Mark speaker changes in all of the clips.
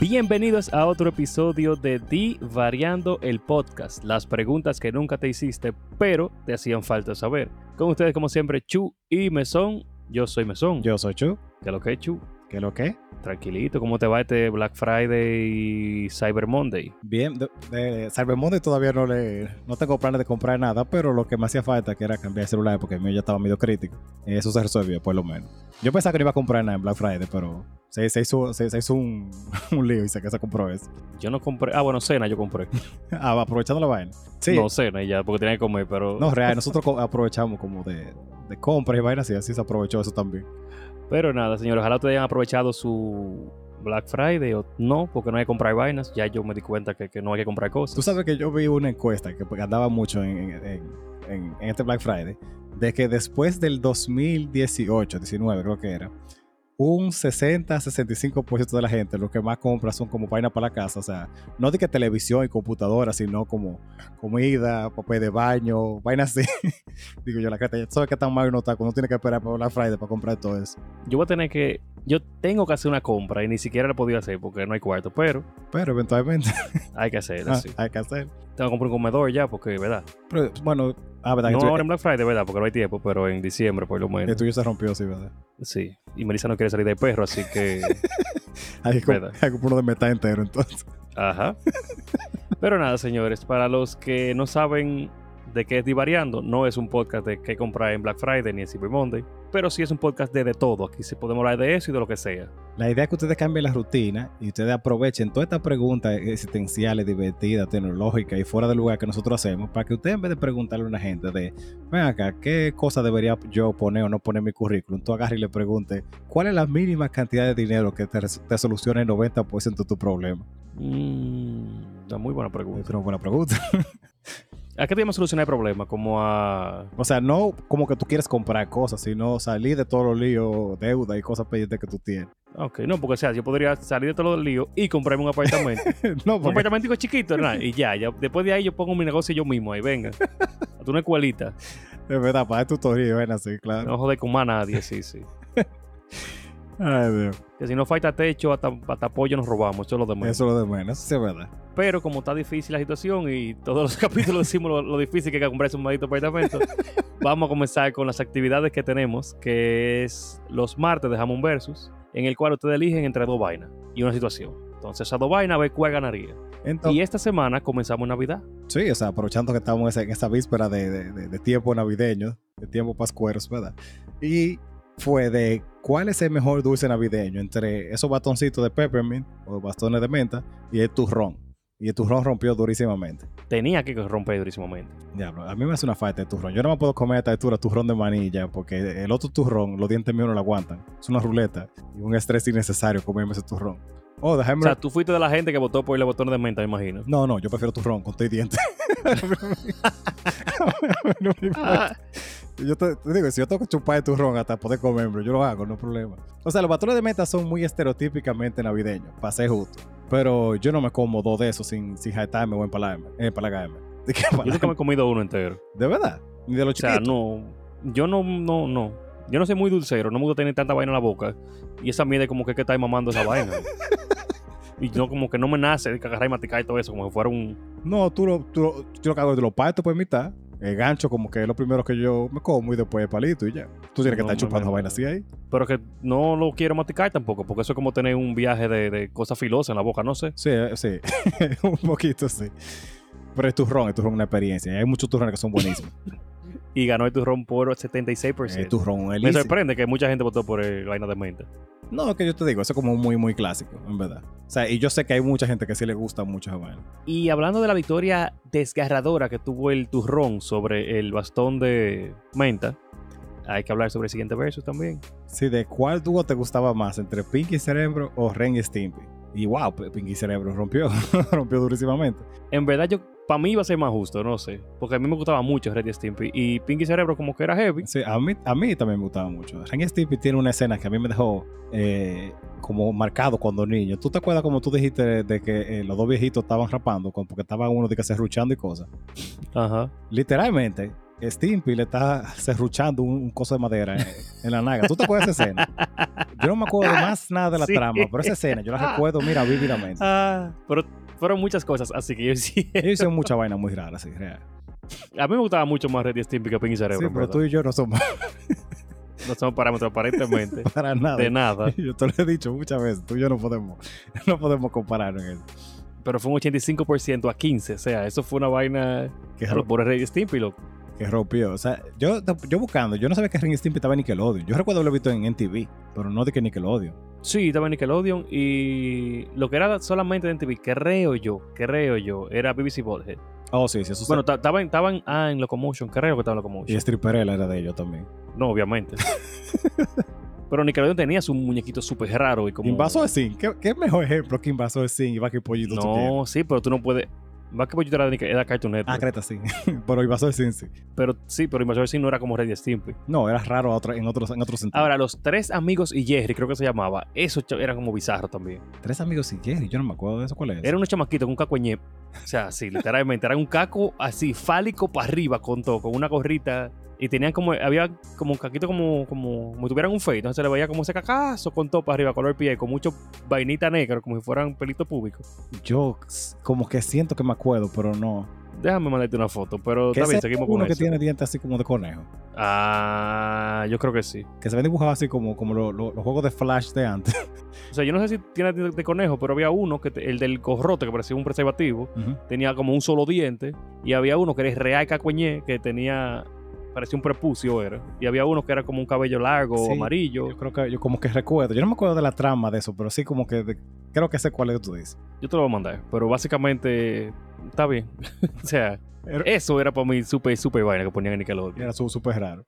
Speaker 1: Bienvenidos a otro episodio de Di Variando el Podcast, las preguntas que nunca te hiciste, pero te hacían falta saber. Con ustedes, como siempre, Chu y Mesón. Yo soy Mesón.
Speaker 2: Yo soy Chu.
Speaker 1: ¿Qué es lo que es, Chu?
Speaker 2: ¿Qué lo que?
Speaker 1: Tranquilito, ¿cómo te va este Black Friday y Cyber Monday?
Speaker 2: Bien, de, de Cyber Monday todavía no le no tengo planes de comprar nada, pero lo que me hacía falta que era cambiar el celular porque el mío ya estaba medio crítico. Eso se resolvió, por lo menos. Yo pensaba que no iba a comprar nada en Black Friday, pero se, se hizo, se, se hizo un, un lío y se, que se compró eso.
Speaker 1: Yo no compré. Ah, bueno, cena yo compré.
Speaker 2: Ah, va, aprovechando la vaina. Sí,
Speaker 1: No cena y ya, porque tenía que comer, pero.
Speaker 2: no, real, nosotros co- aprovechamos como de, de compras y vainas y así se aprovechó eso también.
Speaker 1: Pero nada, señores, ojalá ustedes hayan aprovechado su Black Friday o no, porque no hay que comprar vainas. Ya yo me di cuenta que, que no hay que comprar
Speaker 2: Tú
Speaker 1: cosas.
Speaker 2: sabes que yo vi una encuesta que pues, andaba mucho en, en- en- en- en este Black Friday, de que después del 2018, 19 creo que era, un 60-65% de la gente lo que más compra son como vainas para la casa, o sea, no de que televisión y computadora, sino como comida, papel de baño, vainas así. Digo yo, la creta, ¿sabes qué tan mal no está? Cuando uno tiene que esperar para Black Friday para comprar todo eso.
Speaker 1: Yo voy a tener que. Yo tengo que hacer una compra y ni siquiera la he podido hacer porque no hay cuarto, pero
Speaker 2: Pero eventualmente
Speaker 1: hay que hacerla, sí.
Speaker 2: hay que hacer.
Speaker 1: Tengo que comprar un comedor ya porque, ¿verdad?
Speaker 2: Pero bueno, ah, verdad,
Speaker 1: No
Speaker 2: que
Speaker 1: ahora
Speaker 2: el
Speaker 1: en Black Friday, ¿verdad? Porque no hay tiempo, pero en diciembre por lo
Speaker 2: tuyo- el
Speaker 1: menos.
Speaker 2: tuyo se rompió, sí, ¿verdad?
Speaker 1: Sí. Y Melissa no quiere salir de perro, así que.
Speaker 2: Hay que, comp-
Speaker 1: Verdad.
Speaker 2: hay que comprar uno de metal entero, entonces.
Speaker 1: Ajá. Pero nada, señores, para los que no saben de qué es Divariando, no es un podcast de qué comprar en Black Friday ni en Cyber Monday, pero sí es un podcast de de todo. Aquí sí podemos hablar de eso y de lo que sea.
Speaker 2: La idea es que ustedes cambien la rutina y ustedes aprovechen todas estas preguntas existenciales, divertidas, tecnológicas y fuera del lugar que nosotros hacemos para que ustedes en vez de preguntarle a una gente de, ven acá, ¿qué cosa debería yo poner o no poner en mi currículum? Tú agarras y le preguntes, ¿cuál es la mínima cantidad de dinero que te, res- te soluciona el 90% de tu problema?
Speaker 1: Mm, una muy buena pregunta.
Speaker 2: Es una buena pregunta.
Speaker 1: ¿A qué debemos solucionar el problema? Como a...
Speaker 2: O sea, no como que tú quieres comprar cosas, sino salir de todos los líos, deuda y cosas pendientes que tú tienes.
Speaker 1: Ok, no, porque o sea, yo podría salir de todo el lío y comprarme un apartamento.
Speaker 2: no,
Speaker 1: un
Speaker 2: porque
Speaker 1: apartamento chiquito, nada, y ya, ya. Después de ahí yo pongo mi negocio yo mismo ahí, venga. A una escuelita.
Speaker 2: es verdad, para tutoría y ven así, claro.
Speaker 1: No joder con más nadie, sí, sí.
Speaker 2: Ay, Dios.
Speaker 1: Que si no falta techo, hasta, hasta pollo nos robamos, eso es lo demás.
Speaker 2: Eso es lo de menos, eso sí es verdad.
Speaker 1: Pero como está difícil la situación y todos los capítulos decimos lo, lo difícil que es comprarse un maldito apartamento, vamos a comenzar con las actividades que tenemos, que es los martes dejamos un versus, en el cual ustedes eligen entre dos vainas y una situación. Entonces esas dos vainas a ver cuál ganaría.
Speaker 2: Entonces,
Speaker 1: Y esta semana comenzamos Navidad.
Speaker 2: sí, o sea, aprovechando que estamos en esa, en esa víspera de, de- de- de tiempo navideño, de tiempo pascueros, ¿verdad? Y fue de cuál es el mejor dulce navideño entre esos batoncitos de peppermint o bastones de menta y el turrón. Y el turrón rompió durísimamente.
Speaker 1: Tenía que romper durísimamente.
Speaker 2: Diablo, a mí me hace una falta de turrón. Yo no me puedo comer a esta altura turrón de manilla porque el otro turrón, los dientes míos no lo aguantan. Es una ruleta y un estrés innecesario comerme ese turrón. Oh, déjame
Speaker 1: O sea, tú fuiste de la gente que votó por el botón de menta, me imagino.
Speaker 2: No, no, yo prefiero turrón con tres dientes. No me importa.
Speaker 1: Ah,
Speaker 2: yo te, te digo, si yo tengo que chupar de turrón hasta poder comerlo, yo lo hago, no hay problema. O sea, los batones de menta son muy estereotípicamente navideños, para ser justo. Pero yo no me como dos de esos sin, sin jaitarme o empalagarme. eh, empalagarme. ¿De qué
Speaker 1: yo nunca me he
Speaker 2: empalagarme?
Speaker 1: comido uno entero.
Speaker 2: ¿De verdad? Ni de los
Speaker 1: O sea,
Speaker 2: chiquitos.
Speaker 1: no. Yo no, no, no. Yo no soy muy dulcero, no me gusta tener tanta vaina en la boca. Y esa mierda como que, que está mamando esa vaina. Y yo como que no me nace de que agarrar y masticar y todo eso, como si fuera un...
Speaker 2: No, tú lo, tú lo- yo lo que hago es que lo parto por mitad. El gancho como que es lo primero que yo me como y después el palito y ya. Tú tienes que
Speaker 1: No,
Speaker 2: estar
Speaker 1: no,
Speaker 2: chupando
Speaker 1: no, no.
Speaker 2: vainas así ahí.
Speaker 1: Pero que no lo quiero masticar tampoco, porque eso es como tener un viaje de, de cosas filosas en la boca, no sé.
Speaker 2: Sí, eh, sí. un poquito sí. Pero el turrón, el turrón es una experiencia. Hay muchos turrones que son buenísimos.
Speaker 1: Y ganó el turrón por 76%.
Speaker 2: el turrón es
Speaker 1: me
Speaker 2: lícito.
Speaker 1: sorprende que mucha gente votó por el vaina de menta.
Speaker 2: No, es que yo te digo, eso es como muy, muy clásico, en verdad. O sea, y yo sé que hay mucha gente que sí le gusta mucho esa vaina.
Speaker 1: Y hablando de la victoria desgarradora que tuvo el turrón sobre el bastón de menta, hay que hablar sobre el siguiente verso también.
Speaker 2: Sí, ¿de cuál dúo te gustaba más? ¿Entre Pinky Cerebro o Ren y Stimpy? Y wow, P- Pinky Cerebro rompió, rompió durísimamente.
Speaker 1: En verdad, yo para mí iba a ser más justo, no sé. Porque a mí me gustaba mucho Red y Stimpy. Y Pinky Cerebro como que era heavy.
Speaker 2: Sí, a mí, a mí también me gustaba mucho. Ren y Stimpy tiene una escena que a mí me dejó eh, como marcado cuando niño. ¿Tú te acuerdas como tú dijiste de, de que eh, los dos viejitos estaban rapando con- porque estaban uno de que se ruchando y cosas?
Speaker 1: Ajá.
Speaker 2: Literalmente, Stimpy le está serruchando un, un coso de madera en, en la naga. ¿Tú te acuerdas de esa escena? Yo no me acuerdo más nada de la
Speaker 1: Sí.
Speaker 2: trama, pero esa escena yo la recuerdo, mira, vívidamente.
Speaker 1: Ah, pero fueron muchas cosas, así que yo sí.
Speaker 2: Ellos hicieron mucha vaina muy rara, así, real.
Speaker 1: A mí me gustaba mucho más Red y Stimpy que Pin y
Speaker 2: Sí,
Speaker 1: Cerebro. en
Speaker 2: pero
Speaker 1: verdad.
Speaker 2: tú y yo no somos
Speaker 1: No somos parámetros aparentemente.
Speaker 2: para nada.
Speaker 1: de nada.
Speaker 2: Yo te lo he dicho muchas veces, tú y yo no podemos, no podemos compararnos en eso.
Speaker 1: Pero fue un 85% a 15. O sea, eso fue una vaina
Speaker 2: Que,
Speaker 1: a los pobres Red y Stimpy. loco.
Speaker 2: que rompió. O sea, yo, yo buscando, yo no sabía que Ren y Stimpy estaba en Nickelodeon. Yo recuerdo haberlo visto en NTV, pero no de que Nickelodeon.
Speaker 1: Sí, estaba en Nickelodeon. Y lo que era solamente de MTV, creo yo, creo yo, era BBC Bothead.
Speaker 2: Oh, sí, sí, eso
Speaker 1: Bueno, ta- estaban estaban, ah, en Locomotion, creo que estaban en
Speaker 2: sí. Y
Speaker 1: Locomotion.
Speaker 2: Stripperella era de ellos también.
Speaker 1: No, obviamente. Pero Nickelodeon tenía su muñequito súper raro y como.
Speaker 2: Invaso de Sin. ¿Qué, qué mejor ejemplo que Invaso de Sin y Vaca y Pollito? tú quieres?
Speaker 1: No, sí, pero tú no puedes. Más que Pollito era, de Nickel- era Cartoon Network.
Speaker 2: Ah, Creta sí. pero Invaso de Sin sí.
Speaker 1: pero sí, pero Invasor Sim no era como Red y Stimpy.
Speaker 2: No, era raro a otro- en otros en otro sentido.
Speaker 1: Ahora, los tres amigos y Jerry, creo que se llamaba. Eso cha- era como bizarro también.
Speaker 2: Tres amigos y Jerry, yo no me acuerdo de eso. ¿Cuál es?
Speaker 1: Era unos chamaquitos con un caco ñep. O sea, sí, literalmente. Era un caco así, fálico para arriba, con todo, con una gorrita. Y tenían como, había como un caquito como, como, como tuvieran un fade. Entonces se le veía como ese cacazo con todo para arriba, color piel, con mucho vainita negra, como si fueran pelito público.
Speaker 2: Yo s- como que siento que me acuerdo, pero no.
Speaker 1: Déjame mandarte una foto, pero
Speaker 2: Que
Speaker 1: está bien,
Speaker 2: ese es
Speaker 1: seguimos
Speaker 2: uno
Speaker 1: con
Speaker 2: que
Speaker 1: eso.
Speaker 2: tiene dientes así como de conejo.
Speaker 1: Ah, yo creo que sí.
Speaker 2: Que se ven dibujados así como, como lo- lo- los juegos de Flash de antes.
Speaker 1: O sea, yo no sé si tiene dientes de conejo, pero había uno, que te- el del gorrote, que parecía un preservativo,
Speaker 2: Ujú.
Speaker 1: tenía como un solo diente. Y había uno que era real cacueñé, que tenía, parecía un prepucio, era. Y había uno que era como un cabello largo,
Speaker 2: Sí,
Speaker 1: amarillo.
Speaker 2: Yo creo que yo como que recuerdo. Yo no me acuerdo de la trama de eso, pero sí como que de- creo que sé cuál es que tú dices.
Speaker 1: Yo te lo voy a mandar, pero básicamente está bien. o sea,
Speaker 2: Era-
Speaker 1: eso era para mí súper, súper vaina que ponían en Nickelodeon.
Speaker 2: Era su- súper raro.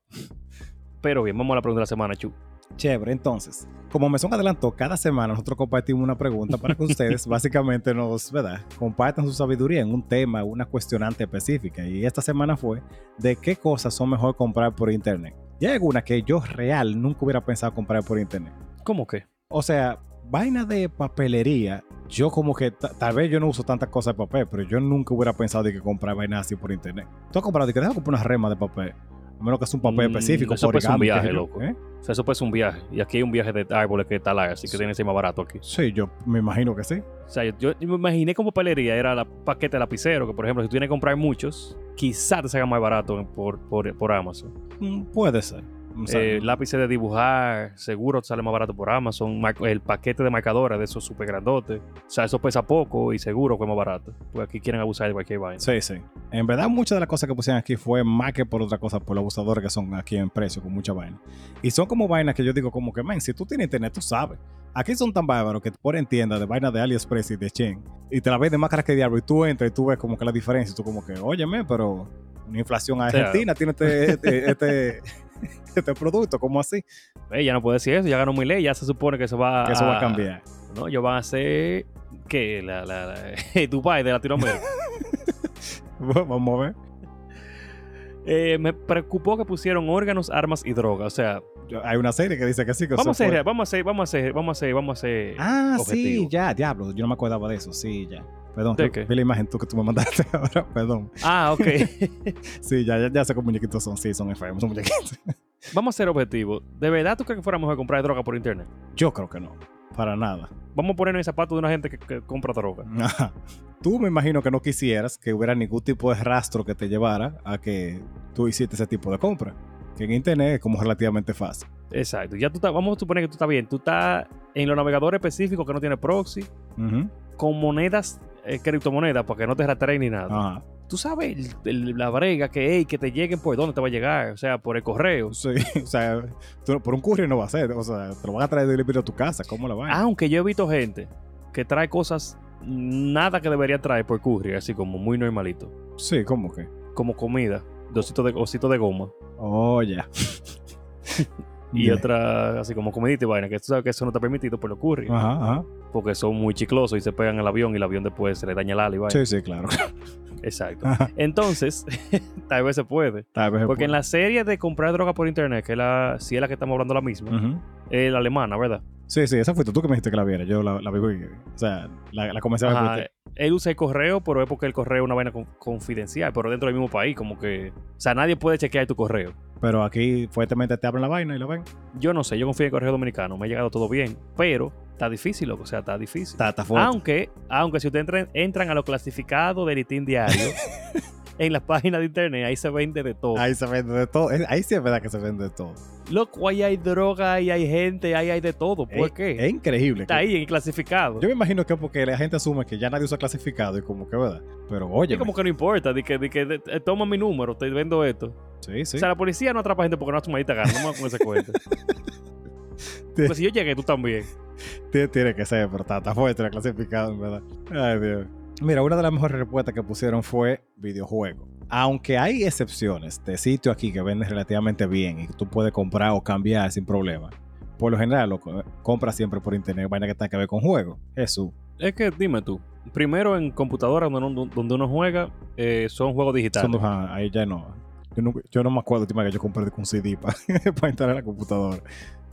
Speaker 1: Pero bien, vamos a la pregunta de la semana, Chu.
Speaker 2: Chévere, entonces, como Mesón adelantó, cada semana nosotros compartimos una pregunta para que ustedes básicamente nos, ¿verdad? Compartan su sabiduría en un tema, una cuestionante específica. Y esta semana fue, ¿de qué cosas son mejor comprar por internet? Y hay alguna que yo real nunca hubiera pensado comprar por internet.
Speaker 1: ¿Cómo que?
Speaker 2: O sea, vaina de papelería, yo como que, ta- tal vez yo no uso tantas cosas de papel, pero yo nunca hubiera pensado de que comprar vainas así por internet. Tú has comprado de que deja comprar una rema de papel. A menos que es un papel
Speaker 1: Mm,
Speaker 2: específico,
Speaker 1: eso parece un
Speaker 2: origami, qué
Speaker 1: viaje,
Speaker 2: sé yo,
Speaker 1: loco.
Speaker 2: ¿eh?
Speaker 1: O sea, eso parece un viaje. Y aquí hay un viaje de árboles que está largo, así que
Speaker 2: Sí.
Speaker 1: tiene que ser más barato aquí.
Speaker 2: Sí, yo me imagino que sí.
Speaker 1: O sea, yo, yo me imaginé como papelería era la paquete de lapicero, que por ejemplo, si tú tienes que comprar muchos, quizás te salga más barato en- por, por, por Amazon.
Speaker 2: Mm, Puede ser. O sea,
Speaker 1: Eh, lápices de dibujar, seguro te sale más barato por Amazon. Mar- El paquete de marcadores de esos súper grandotes. O sea, eso pesa poco y seguro que es más barato. Porque aquí quieren abusar de cualquier vaina.
Speaker 2: Sí, sí. En verdad, muchas de las cosas que pusieron aquí fue más que por otra cosa, por los abusadores que son aquí en precio, con mucha vaina. Y son como vainas que yo digo, como que, man, si tú tienes internet, tú sabes. Aquí son tan bárbaros que te ponen tiendas de vainas de AliExpress y de Chen. Y te la ves de más caras que diablo. Y tú entras y tú ves como que la diferencia. Y tú, como que, óyeme, pero una inflación
Speaker 1: sea-
Speaker 2: argentina tiene este, este, este, este producto, ¿cómo así?
Speaker 1: Ella no puede decir eso, ya ganó mi ley, ya se supone que eso va,
Speaker 2: Que eso va a cambiar.
Speaker 1: No, ellos van a ser. ¿Qué? La, la, la- Dubái de Latinoamérica.
Speaker 2: Vamos a ver.
Speaker 1: Eh, me preocupó que pusieron órganos, armas y drogas. O sea,
Speaker 2: Yo- Hay una serie que dice que sí, que
Speaker 1: vamos a
Speaker 2: eso
Speaker 1: ser,
Speaker 2: fue-
Speaker 1: real, vamos a ser, vamos a ser, vamos a ser, vamos a ser.
Speaker 2: Ah, sí,
Speaker 1: objetivo.
Speaker 2: ya, diablo, yo no me acordaba de eso, sí, ya. Perdón,
Speaker 1: ¿De
Speaker 2: vi-
Speaker 1: qué?
Speaker 2: vi la imagen tú que tú me mandaste ahora, perdón.
Speaker 1: Ah, ok.
Speaker 2: Sí, ya, ya, ya sé qué muñequitos son, sí, son enfermos, son muñequitos.
Speaker 1: vamos a ser objetivos. ¿De verdad tú crees que fuera mejor comprar droga por internet?
Speaker 2: Yo creo que no, para nada.
Speaker 1: Vamos a poner en el zapato de una gente que, que compra droga.
Speaker 2: Ajá. Tú me imagino que no quisieras que hubiera ningún tipo de rastro que te llevara a que tú hiciste ese tipo de compra, que en internet es como relativamente fácil.
Speaker 1: Exacto. Ya tú estás, vamos a suponer que tú estás bien. Tú estás en los navegadores específicos que no tiene proxy,
Speaker 2: Ujú,
Speaker 1: con monedas, eh, criptomonedas, para que no te rastreen ni nada.
Speaker 2: Ajá.
Speaker 1: Tú sabes el- el- la brega que, hey, que te lleguen por dónde te va a llegar, o sea, por el correo.
Speaker 2: Sí, o sea, tú- por un courier no va a ser, o sea, te lo van a traer del a tu casa, ¿cómo la van?
Speaker 1: Aunque yo he visto gente que trae cosas nada que debería traer por courier, así como muy normalito,
Speaker 2: Sí, ¿cómo que?
Speaker 1: como comida, de ositos de, osito de goma
Speaker 2: Oh, ya.
Speaker 1: y
Speaker 2: Bien.
Speaker 1: otra así como comidita y vaina, que tú sabes que eso no está permitido por los courier,
Speaker 2: Ajá, ajá.
Speaker 1: porque son muy chiclosos y se pegan al avión y el avión después se le daña el ala y vaina.
Speaker 2: Sí, sí, claro.
Speaker 1: Exacto.
Speaker 2: Ajá,
Speaker 1: Entonces, tal vez se puede.
Speaker 2: Tal vez se
Speaker 1: Porque en
Speaker 2: puede.
Speaker 1: la serie de comprar droga por internet, que es la, si es la que estamos hablando la misma,
Speaker 2: Ujú.
Speaker 1: es la alemana, ¿verdad?
Speaker 2: Sí, sí, esa fuiste tú que me dijiste que la viera. Yo la, la vi. O sea, la, la comencé a ver.
Speaker 1: Ajá, eh.
Speaker 2: por ti.
Speaker 1: él usa el correo, pero es porque el correo es una vaina con- confidencial, pero dentro del mismo país, como que. O sea, nadie puede chequear tu correo.
Speaker 2: Pero aquí fuertemente te abren la vaina y lo ven.
Speaker 1: Yo no sé, yo confío en el correo dominicano, me ha llegado todo bien, pero está difícil, loco, o sea, está difícil.
Speaker 2: Está, está fuerte.
Speaker 1: Aunque, aunque si ustedes entran, entran a lo clasificado del Itin Diario, en las páginas de internet, ahí se vende de todo.
Speaker 2: Ahí se vende de todo. Es- Ahí sí es verdad que se vende de todo.
Speaker 1: Loco, ahí hay droga, ahí hay gente, ahí hay de todo. ¿Por
Speaker 2: Es-
Speaker 1: qué?
Speaker 2: Es increíble.
Speaker 1: Está ahí en el clasificado.
Speaker 2: Yo me imagino que es porque la gente asume que ya nadie usa clasificado y como que verdad. Pero
Speaker 1: Y
Speaker 2: oye,
Speaker 1: como que no importa, de que, de que de- eh, toma mi número, te vendo esto.
Speaker 2: sí, sí.
Speaker 1: O sea, la policía no atrapa gente porque no hace su maldita gana, no me voy a poner esa cuenta. Pues si yo llegué, tú también.
Speaker 2: Tiene, tiene que ser, pero está, está fuerte la clasificada, en verdad. Ay, Dios. Mira, una de las mejores respuestas que pusieron fue videojuego. Aunque hay excepciones de sitios aquí que venden relativamente bien y que tú puedes comprar o cambiar sin problema. Por lo general, lo co- compras siempre por internet, vaina que tenga que ver con juegos. Jesús.
Speaker 1: Es que dime tú, primero en computadora donde uno, donde uno juega eh, son juegos
Speaker 2: Son
Speaker 1: digitales.
Speaker 2: dos, ah, ahí ya no. Yo no, yo no me acuerdo, última vez que yo compré un CD para instalar en la computadora.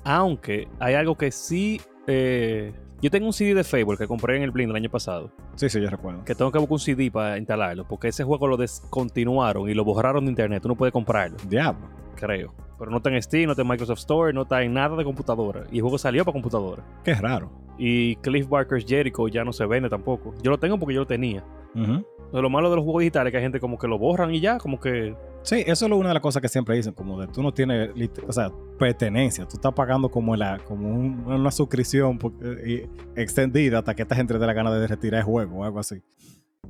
Speaker 1: Aunque hay algo que sí... eh, yo tengo un CD de Fable que compré en el Blind el año pasado,
Speaker 2: Sí, sí, yo recuerdo.
Speaker 1: que tengo que buscar un CD para instalarlo, porque ese juego lo descontinuaron y lo borraron de internet, tú no puedes comprarlo,
Speaker 2: Diablo.
Speaker 1: creo. Pero no está en Steam, no está en Microsoft Store, no está en nada de computadora. Y el juego salió para computadora.
Speaker 2: Qué raro.
Speaker 1: Y Cliff Barker's Jericho ya no se vende tampoco. Yo lo tengo porque yo lo tenía.
Speaker 2: Ujú.
Speaker 1: Pero lo malo de los juegos digitales es que hay gente como que lo borran y ya, como que
Speaker 2: Sí, eso es lo- una de las cosas que siempre dicen, como de tú no tienes, lit- o sea, pertenencia, tú estás pagando como la como un- una suscripción por- eh, y extendida hasta que esta gente te dé la gana de retirar el juego o algo así.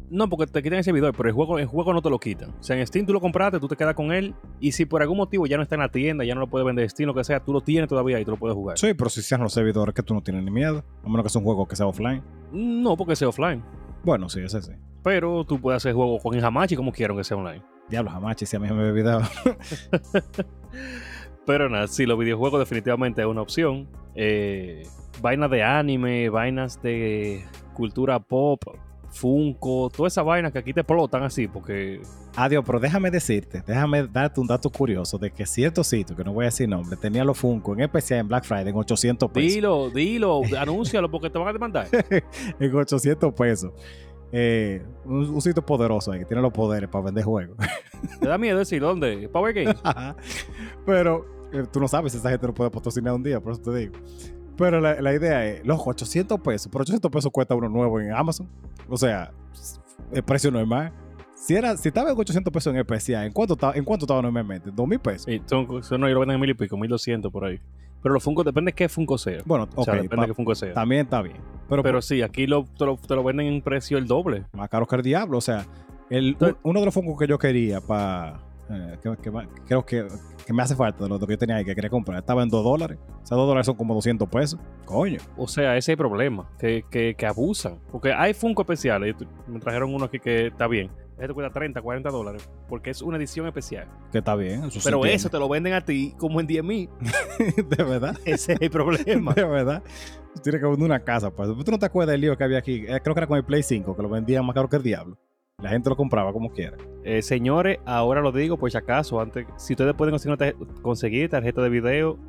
Speaker 1: No, porque te quitan el servidor, pero el juego, el juego no te lo quitan. O sea, en Steam tú lo compraste, tú te quedas con él, y si por algún motivo ya no está en la tienda, ya no lo puedes vender Steam, lo que sea, tú lo tienes todavía y tú lo puedes jugar.
Speaker 2: Sí, pero si sean los servidores que tú no tienes ni miedo, a menos que sea un juego que sea offline.
Speaker 1: No, porque sea offline.
Speaker 2: Bueno, sí, ese sí.
Speaker 1: Pero tú puedes hacer juego con Hamachi como quieran que sea online.
Speaker 2: Diablo, jamás, si a mí me había olvidado.
Speaker 1: Pero nada, sí, los videojuegos definitivamente es una opción. Eh, vainas de anime, vainas de cultura pop, Funko, todas esas vainas que aquí te explotan así, porque
Speaker 2: Adiós, pero déjame decirte, déjame darte un dato curioso de que cierto sitio, que no voy a decir nombre, tenía los Funko en especial en Black Friday en 800 pesos.
Speaker 1: dilo, dilo, anúncialo porque te van a demandar.
Speaker 2: en 800 pesos. Eh, un, un sitio poderoso ahí, que tiene los poderes para vender juegos.
Speaker 1: Te da miedo decir dónde, Power Game.
Speaker 2: Pero eh, tú no sabes si esa gente no puede patrocinar un día, por eso te digo. Pero la, la idea es, los 800 pesos, pero 800 pesos cuesta uno nuevo en Amazon. O sea, el precio normal. Si, era, si estaba en 800 pesos en especial, ¿en cuánto, estaba- ¿en cuánto estaba normalmente? ¿2 mil pesos?
Speaker 1: Y son, son no, yo lo venden en mil y pico, mil doscientos por ahí. Pero los Funko, depende de qué Funko sea.
Speaker 2: Bueno,
Speaker 1: o sea,
Speaker 2: ok,
Speaker 1: depende
Speaker 2: pa-
Speaker 1: de qué Funko sea.
Speaker 2: también está bien. Pero,
Speaker 1: Pero sí, aquí lo, te, lo, te lo venden en precio el doble.
Speaker 2: más caro que el diablo. O sea, el,
Speaker 1: Entonces-
Speaker 2: un- uno de los fungos que yo quería para. que, que va- creo que, que me hace falta de lo que yo tenía ahí que quería comprar. Estaba en 2 dólares. O sea, 2 dólares son como 200 pesos. Coño.
Speaker 1: O sea, ese es el problema, que, que, que abusan. Porque hay Funko especiales, y tú- me trajeron uno aquí que está bien. Este cuesta 30, 40 dólares, porque es una edición especial.
Speaker 2: Que está bien. Eso sí
Speaker 1: Pero
Speaker 2: tiene.
Speaker 1: eso te lo venden a ti como en 10 mil.
Speaker 2: de verdad.
Speaker 1: Ese es el problema.
Speaker 2: De verdad. Tú tienes que vender una casa. Pues. ¿Tú no te acuerdas del lío que había aquí? Eh, creo que era con el Play 5, que lo vendían más caro que el diablo. La gente lo compraba como quiera.
Speaker 1: Eh, señores, ahora lo digo por si acaso, antes, si ustedes pueden conseguir, una tarje- conseguir tarjeta de video,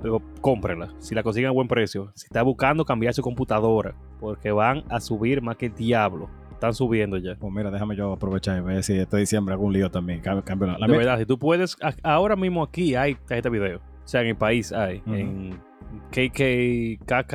Speaker 1: pero cómprenla, si la consiguen a buen precio. Si está buscando cambiar su computadora, porque van a subir más que el diablo. Están subiendo ya.
Speaker 2: Pues mira, déjame yo aprovechar y ver si este diciembre algún lío también. Cambio, cambio la, la
Speaker 1: de
Speaker 2: mía-
Speaker 1: verdad, si tú puedes, a- ahora mismo aquí hay tarjeta de video. O sea, en el país hay,
Speaker 2: Ujú.
Speaker 1: en KK, KK,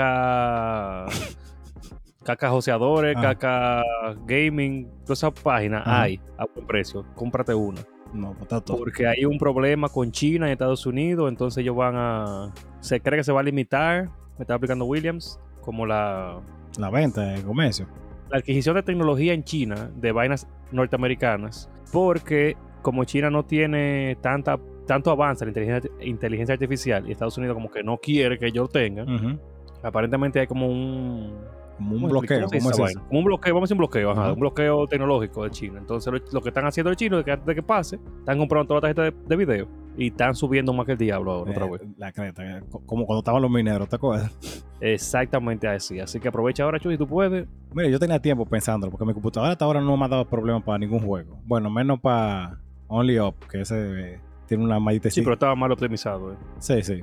Speaker 1: KK Joseadores,
Speaker 2: Ah.
Speaker 1: KK Gaming, todas esas páginas
Speaker 2: Ajá.
Speaker 1: hay a buen precio. Cómprate una.
Speaker 2: No, pues está todo.
Speaker 1: Porque hay un problema con China y Estados Unidos, entonces ellos van a... Se cree que se va a limitar, me está aplicando Williams, como la,
Speaker 2: La venta, el comercio.
Speaker 1: la adquisición de tecnología en China, de vainas norteamericanas, porque como China no tiene tanta, tanto avance en inteligencia, inteligencia artificial y Estados Unidos como que no quiere que ellos lo tengan,
Speaker 2: Ujú.
Speaker 1: aparentemente hay como un...
Speaker 2: Como un
Speaker 1: ¿cómo
Speaker 2: bloqueo.
Speaker 1: explico? ¿Cómo se dice
Speaker 2: ¿Cómo
Speaker 1: esa
Speaker 2: es eso?
Speaker 1: vaina? Como un bloqueo, vamos a decir un bloqueo, ajá,
Speaker 2: Ajá.
Speaker 1: un bloqueo tecnológico de China. Entonces lo, lo que están haciendo los chinos es que antes de que pase, están comprando toda la tarjeta de, de video y están subiendo más que el diablo ahora otra
Speaker 2: Eh,
Speaker 1: vez.
Speaker 2: La creta, eh, co- como cuando estaban los mineros, ¿te acuerdas?
Speaker 1: Exactamente así. Así que aprovecha ahora, Chuy, si tú puedes.
Speaker 2: Mira, yo tenía tiempo pensándolo, porque mi computadora hasta ahora no me ha dado problemas para ningún juego. Bueno, menos para Only Up, que ese eh, tiene una maldita...
Speaker 1: Sí, pero estaba mal optimizado. eh.
Speaker 2: Sí, sí.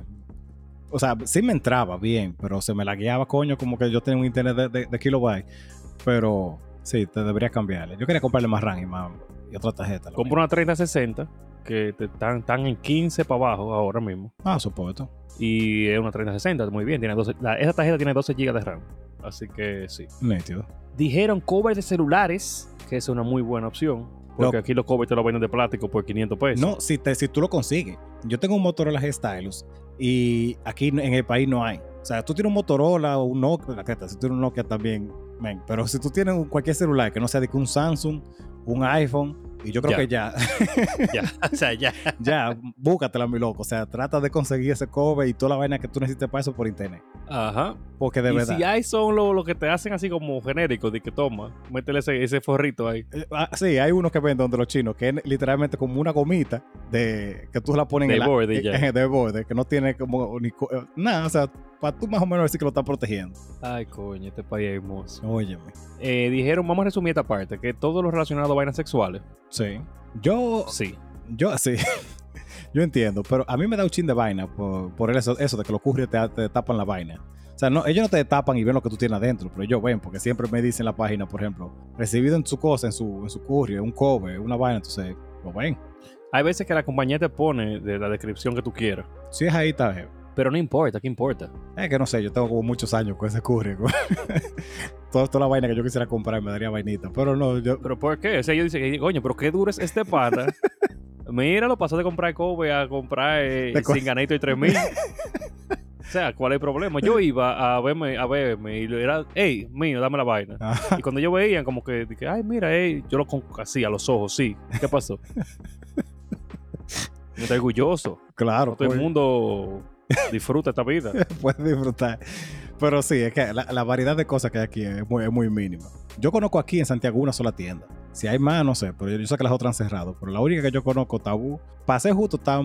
Speaker 2: O sea, sí me entraba bien, pero se me lagueaba, coño, como que yo tenía un internet de, de, de kilobyte. Pero Sí, te debería cambiarle. Yo quería comprarle más RAM y, más, y otra tarjeta. lo
Speaker 1: Compro una 3060 que te- están, están en 15 para abajo ahora mismo.
Speaker 2: mismo. Ah, supuesto.
Speaker 1: Y es una 3060, muy bien. Tiene 12, la- esa tarjeta tiene 12 GB de RAM. Así que sí.
Speaker 2: Nítido.
Speaker 1: Dijeron cover de celulares, que es una muy buena opción. Porque
Speaker 2: Loco.
Speaker 1: aquí los covers te los venden de plástico por 500 pesos.
Speaker 2: No, si, te, si tú lo consigues. Yo tengo un Motorola G-Stylus y aquí en el país no hay. O sea, tú tienes un Motorola o un Nokia, la creta, si tú tienes un Nokia también, men. Pero si tú tienes un- cualquier celular que no sea de que un Samsung, un iPhone, y yo creo
Speaker 1: Ya.
Speaker 2: que ya,
Speaker 1: Ya, o sea, ya.
Speaker 2: ya, búscatela, mi loco. O sea, trata de conseguir ese cover y toda la vaina que tú necesites para eso por internet.
Speaker 1: Ajá.
Speaker 2: Porque de
Speaker 1: y
Speaker 2: verdad.
Speaker 1: si hay son los los que te hacen así como genéricos, de que toma, métele ese, ese forrito ahí.
Speaker 2: Eh, ah, sí, hay unos que venden donde los chinos, que es literalmente como una gomita de que tú la pones
Speaker 1: De
Speaker 2: en el-
Speaker 1: borde y ya.
Speaker 2: eh, de borde, que no tiene como ni co- eh, nada, o sea, para tú más o menos decir que lo estás protegiendo.
Speaker 1: Ay, coño, este país es hermoso.
Speaker 2: Óyeme.
Speaker 1: Eh, dijeron, vamos a resumir esta parte, que todo lo relacionado a vainas sexuales.
Speaker 2: Sí. Yo,
Speaker 1: Sí.
Speaker 2: yo sí. Yo entiendo, pero a mí me da un chin de vaina por, por eso, eso de que los currios te, te tapan la vaina. O sea, no, ellos no te tapan y ven lo que tú tienes adentro, pero ellos ven, porque siempre me dicen en la página, por ejemplo, recibido en su cosa, en su, en su courier, un cover, una vaina, entonces lo ven.
Speaker 1: Hay veces que la compañía te pone de la descripción que tú quieras.
Speaker 2: Si es ahí, está bien.
Speaker 1: Pero no importa, ¿qué importa?
Speaker 2: Es que no sé, yo tengo como muchos años con ese curry. con- toda, toda la vaina que yo quisiera comprar me daría vainita. Pero no, yo.
Speaker 1: ¿Pero por qué? O sea, yo dice, coño, pero qué duro es este pata. Mira, lo pasó de comprar Kobe a comprar eh,
Speaker 2: De co-
Speaker 1: Singanator y 3000. o sea, ¿cuál es el problema? Yo iba a verme, a verme y era, hey, mío, dame la vaina.
Speaker 2: Ajá.
Speaker 1: Y cuando yo veía, como que dije, ay, mira, ey, yo lo con así, a los ojos, sí. ¿Qué pasó? Yo estoy orgulloso.
Speaker 2: claro,
Speaker 1: Todo el
Speaker 2: pues,
Speaker 1: mundo disfruta esta vida.
Speaker 2: puedes disfrutar. Pero sí, es que la, la variedad de cosas que hay aquí es muy, es muy mínima. Yo conozco aquí en Santiago una sola tienda. Si hay más, no sé, pero yo, yo sé que las otras han cerrado. Pero la única que yo conozco, Tabú, pasé justo, está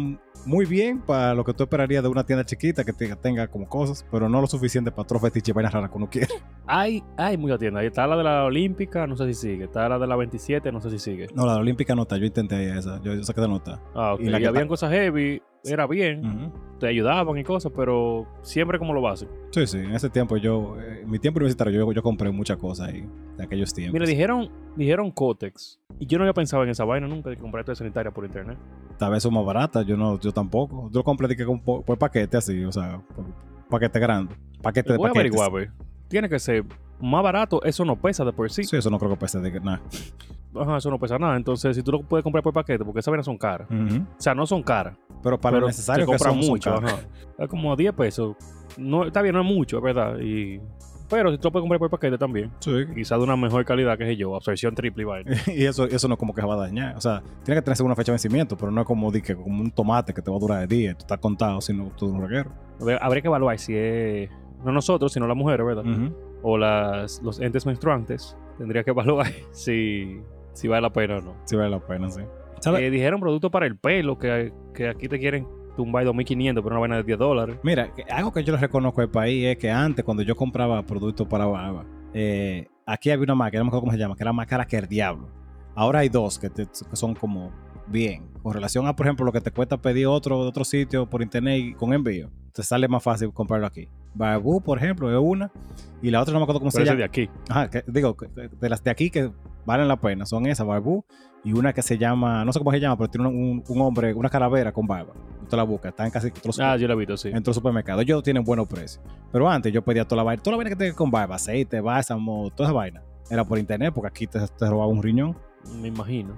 Speaker 2: muy bien para lo que tú esperarías de una tienda chiquita que te- tenga como cosas, pero no lo suficiente para otros fetiches y vainas raras que uno quiere.
Speaker 1: Hay, hay muchas tiendas. Ahí Está la de la Olímpica, no sé si sigue. Está la de la 27, no sé si sigue.
Speaker 2: No, la olímpica no está, yo intenté esa, yo, yo saqué de nota.
Speaker 1: Ah, ok.
Speaker 2: Y
Speaker 1: Y,
Speaker 2: la Mm. que
Speaker 1: habían
Speaker 2: ta-
Speaker 1: cosas heavy, era bien,
Speaker 2: Ujú.
Speaker 1: te ayudaban y cosas, pero siempre como lo básico.
Speaker 2: Sí, sí, en ese tiempo yo, eh, en mi tiempo universitario, yo, yo compré muchas cosas ahí, de aquellos tiempos.
Speaker 1: Mira, dijeron, dijeron Cotex. Y yo no había pensado en esa vaina nunca de comprar esto de sanitaria por internet.
Speaker 2: Tal vez son más baratas, yo no, yo tampoco. Yo lo compré de que con- por, por paquete así, o sea, por- paquete grande, paquete Este de
Speaker 1: Voy a
Speaker 2: paquetes.
Speaker 1: averiguar, ve. Tiene que ser más barato, eso no pesa de por sí.
Speaker 2: Sí, eso no creo que pese de que- nada.
Speaker 1: Ajá, eso no pesa nada. Entonces, si tú lo puedes comprar por paquete, porque esas vainas son caras.
Speaker 2: Ujú.
Speaker 1: O sea, no son caras.
Speaker 2: Pero para
Speaker 1: pero
Speaker 2: lo necesario
Speaker 1: se
Speaker 2: que
Speaker 1: compra
Speaker 2: son, son
Speaker 1: mucho.
Speaker 2: caros.
Speaker 1: ajá. Es como a 10 pesos. No, está bien, no es mucho, es verdad. Y, pero si tú lo puedes comprar por paquete también,
Speaker 2: Sí.
Speaker 1: quizás de una mejor calidad, qué sé yo, absorción triple y vaina.
Speaker 2: Y eso, eso no es como que se va a dañar. O sea, tiene que tener una fecha de vencimiento, pero no es como, de que, como un tomate que te va a durar de día, tú estás contado, sino tú un reguero.
Speaker 1: Habría- Habría que evaluar si es, no nosotros, sino las mujeres, ¿verdad?
Speaker 2: Ujú.
Speaker 1: O las, los entes menstruantes. Tendría que evaluar si, si vale la pena o no.
Speaker 2: Sí vale la pena, sí. ¿Sabes?
Speaker 1: Eh, dijeron producto para el pelo, que, que aquí te quieren tumbar 2.500 por una vaina de 10 dólares.
Speaker 2: Mira, que- algo que yo les reconozco al país es que antes, cuando yo compraba productos para barba, eh, aquí había una marca, no me acuerdo cómo se llama, que era más cara que el diablo. Ahora hay dos que, te- que son como bien. Con relación a, por ejemplo, lo que te cuesta pedir otro de otro sitio por internet y con envío, te sale más fácil comprarlo aquí. Barbu, por ejemplo, es una. Y la otra no me acuerdo cómo
Speaker 1: Pero ese
Speaker 2: se llama.
Speaker 1: de aquí.
Speaker 2: Ajá, que- digo, que- que- de las de aquí que valen la pena, son esas, Barbu, y una que se llama, no sé cómo se llama, pero tiene un, un- un hombre, una calavera con barba. Usted la busca, están casi todos los
Speaker 1: Ah, yo lo he visto, sí.
Speaker 2: entró al supermercado. Ellos tienen buenos precios. Pero antes yo pedía toda la vaina, toda la vaina que tenía con barba, aceite, bálsamo, toda esa vaina. Era por internet porque aquí te, te robaba un riñón.
Speaker 1: Me imagino.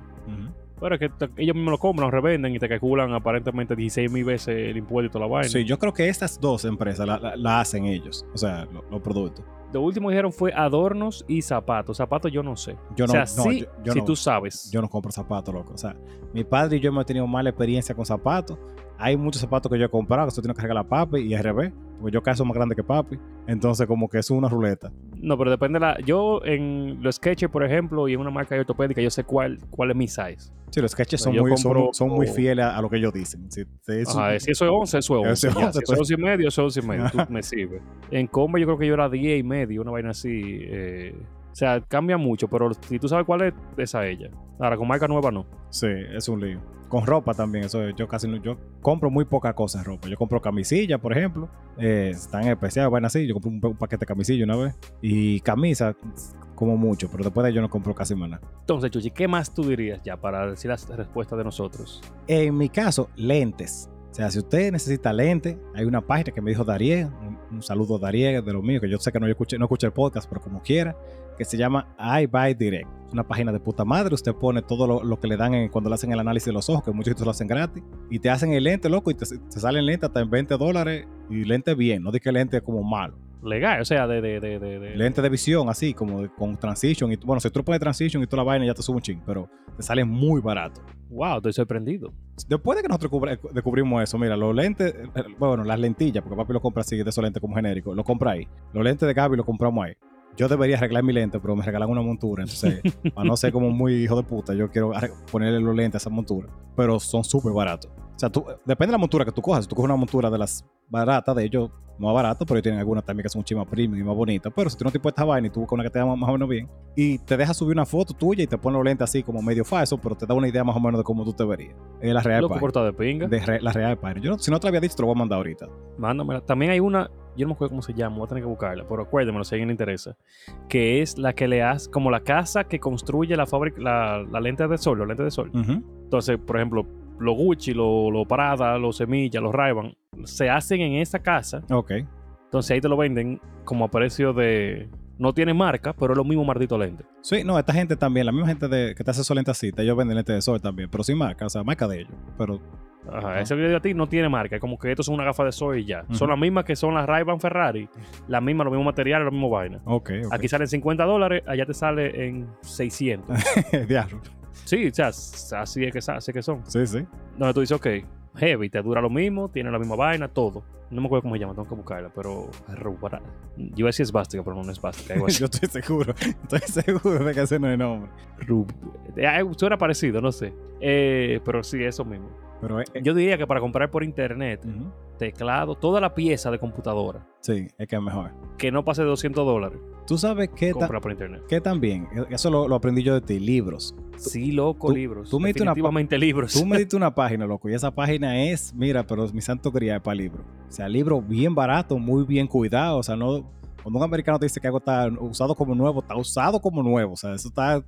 Speaker 1: Pero es que te- ellos mismos lo compran, lo revenden y te calculan aparentemente 16 mil veces el impuesto y toda la vaina.
Speaker 2: Sí, yo creo que estas dos empresas la, la- la hacen ellos, o sea, lo- los productos.
Speaker 1: Lo último que dijeron fue adornos y zapatos. Zapatos yo no sé.
Speaker 2: Yo
Speaker 1: o
Speaker 2: no,
Speaker 1: sea,
Speaker 2: no,
Speaker 1: sí,
Speaker 2: yo, yo
Speaker 1: si
Speaker 2: no,
Speaker 1: tú sabes.
Speaker 2: yo no compro zapatos, loco. O sea, mi padre y yo hemos tenido mala experiencia con zapatos. Hay muchos zapatos que yo he comprado que tú tienes que regalar a papi y al revés, porque yo cada vez soy más grande que papi. Entonces, como que eso es una ruleta.
Speaker 1: No, pero depende de la. Yo en los sketches, por ejemplo, y en una marca ortopédica, yo sé cuál, cuál es mi size.
Speaker 2: Sí, los sketches
Speaker 1: No,
Speaker 2: son,
Speaker 1: yo
Speaker 2: muy, son-
Speaker 1: compro-
Speaker 2: son muy fieles a, a lo que ellos dicen. Sí, sí, eso-
Speaker 1: Ajá, si eso es 11, eso es 11.
Speaker 2: Eso es pues.
Speaker 1: ya.
Speaker 2: 11,
Speaker 1: si eso es 11 y medio, eso es 11 y medio. Tú me sirve. En Comba yo creo que yo era 10 y medio, una vaina así. eh, o sea, cambia mucho, pero si tú sabes cuál es, esa es ella. Ahora, con marca nueva no.
Speaker 2: Sí, es un lío. Con ropa también, eso yo casi no, yo compro muy pocas cosas en ropa. Yo compro camisilla, por ejemplo, eh, están especiales, van así. Yo compré un, pa- un paquete de camisilla una vez y camisa como mucho, pero después de ahí yo no compro casi más nada.
Speaker 1: Entonces, Chuchi, ¿qué más tú dirías ya para decir las respuestas de nosotros?
Speaker 2: En mi caso, lentes. O sea, si usted necesita lentes, hay una página que me dijo Darío, un, un saludo Darío de lo mío, que yo sé que no, yo escuché, no escuché el podcast, pero como quiera, que se llama I Buy Direct. Es una página de puta madre, usted pone todo lo, lo que le dan en- cuando le hacen el análisis de los ojos, que muchos sitios lo hacen gratis, y te hacen el lente, loco, y te, te salen lentes hasta en 20 dólares, y lente bien, no di que lente como malo.
Speaker 1: Legal, o sea, de... de, de, de- de-
Speaker 2: Lente de visión, así, como de- con transition, y bueno, si tú pones transition y toda la vaina ya te sube un ching, pero te sale muy barato.
Speaker 1: Wow, estoy sorprendido.
Speaker 2: Después de que nosotros cubra- descubrimos eso, mira, los lentes, eh, bueno, las lentillas, porque papi lo compra así de esos lentes como genérico, lo compra ahí. Los lentes de Gaby lo compramos ahí. Yo debería arreglar mi lente, pero me regalan una montura, entonces, para no ser como muy hijo de puta, yo quiero arre- ponerle los lentes a esa montura, pero son súper baratos. O sea, tú, depende de la montura que tú cojas. Si tú coges una montura de las baratas, de ellos, no baratas, pero ellos tienen algunas también que son un chima premium y más bonitas. Pero si tú no te puedes esta vaina y tú buscas una que te da más más o menos bien, y te deja subir una foto tuya y te pone los lentes así como medio falso, pero te da una idea más o menos de cómo tú te verías. Es la real
Speaker 1: Loco
Speaker 2: página.
Speaker 1: cortado de pinga.
Speaker 2: De re- la real página. Yo no- si no te la había dicho, te lo voy a mandar ahorita.
Speaker 1: Mándamela. También hay una, yo no me acuerdo cómo se llama, voy a tener que buscarla, pero acuérdemelo si a alguien le interesa. Que es la que le hace, como la casa que construye la fábrica, la, la lente de sol, los lentes de sol.
Speaker 2: Ujú.
Speaker 1: Entonces, por ejemplo, los Gucci, los lo Prada, los Semillas, los Ray-Ban, se hacen en esa casa.
Speaker 2: Ok.
Speaker 1: Entonces ahí te lo venden como a precio de. No tiene marca, pero es lo mismo maldito lente.
Speaker 2: Sí, no, esta gente también, la misma gente de, que te hace esos lentes así, te- ellos venden lentes de sol también, pero sin marca, o sea, marca de ellos. Pero
Speaker 1: Ajá,
Speaker 2: Ajá.
Speaker 1: ese video de a ti no tiene marca, es como que estos son una gafa de sol y ya. Son
Speaker 2: Ujú.
Speaker 1: las mismas que son las Ray-Ban Ferrari, las mismas, los mismos materiales, los mismos vainas.
Speaker 2: Ok, ok.
Speaker 1: Aquí salen 50 dólares, allá te sale en 600.
Speaker 2: Diablo.
Speaker 1: sí, o sea, s- así es que, sa- así es que son.
Speaker 2: Sí, sí.
Speaker 1: Donde tú dices, ok, heavy, te dura lo mismo, tiene la misma vaina, todo. No me acuerdo cómo se llama, tengo que buscarla, pero. Rubara- Yo iba a decir es básica, pero no es básica. algo así.
Speaker 2: Yo estoy seguro, estoy seguro de que ese no es el nombre.
Speaker 1: Rub- eh, ah, Suena parecido, no sé. Eh, pero sí, eso mismo.
Speaker 2: Pero es.
Speaker 1: Yo diría que para comprar por internet,
Speaker 2: ujú.
Speaker 1: teclado, toda la pieza de computadora,
Speaker 2: Sí, es que es mejor.
Speaker 1: que no pase de 200 dólares,
Speaker 2: Tú sabes que, ta-
Speaker 1: compra por internet.
Speaker 2: que también, E, eso lo, lo aprendí yo de ti, libros.
Speaker 1: Sí, loco,
Speaker 2: tú-
Speaker 1: libros.
Speaker 2: tú me diste una pa-
Speaker 1: Definitivamente libros.
Speaker 2: Tú me diste una página, loco, y esa página es, mira, pero mi santo cría es para libros. O sea, libro bien barato, muy bien cuidado. O sea, no, cuando un americano te dice que algo está usado como nuevo, está usado como nuevo. O sea, eso está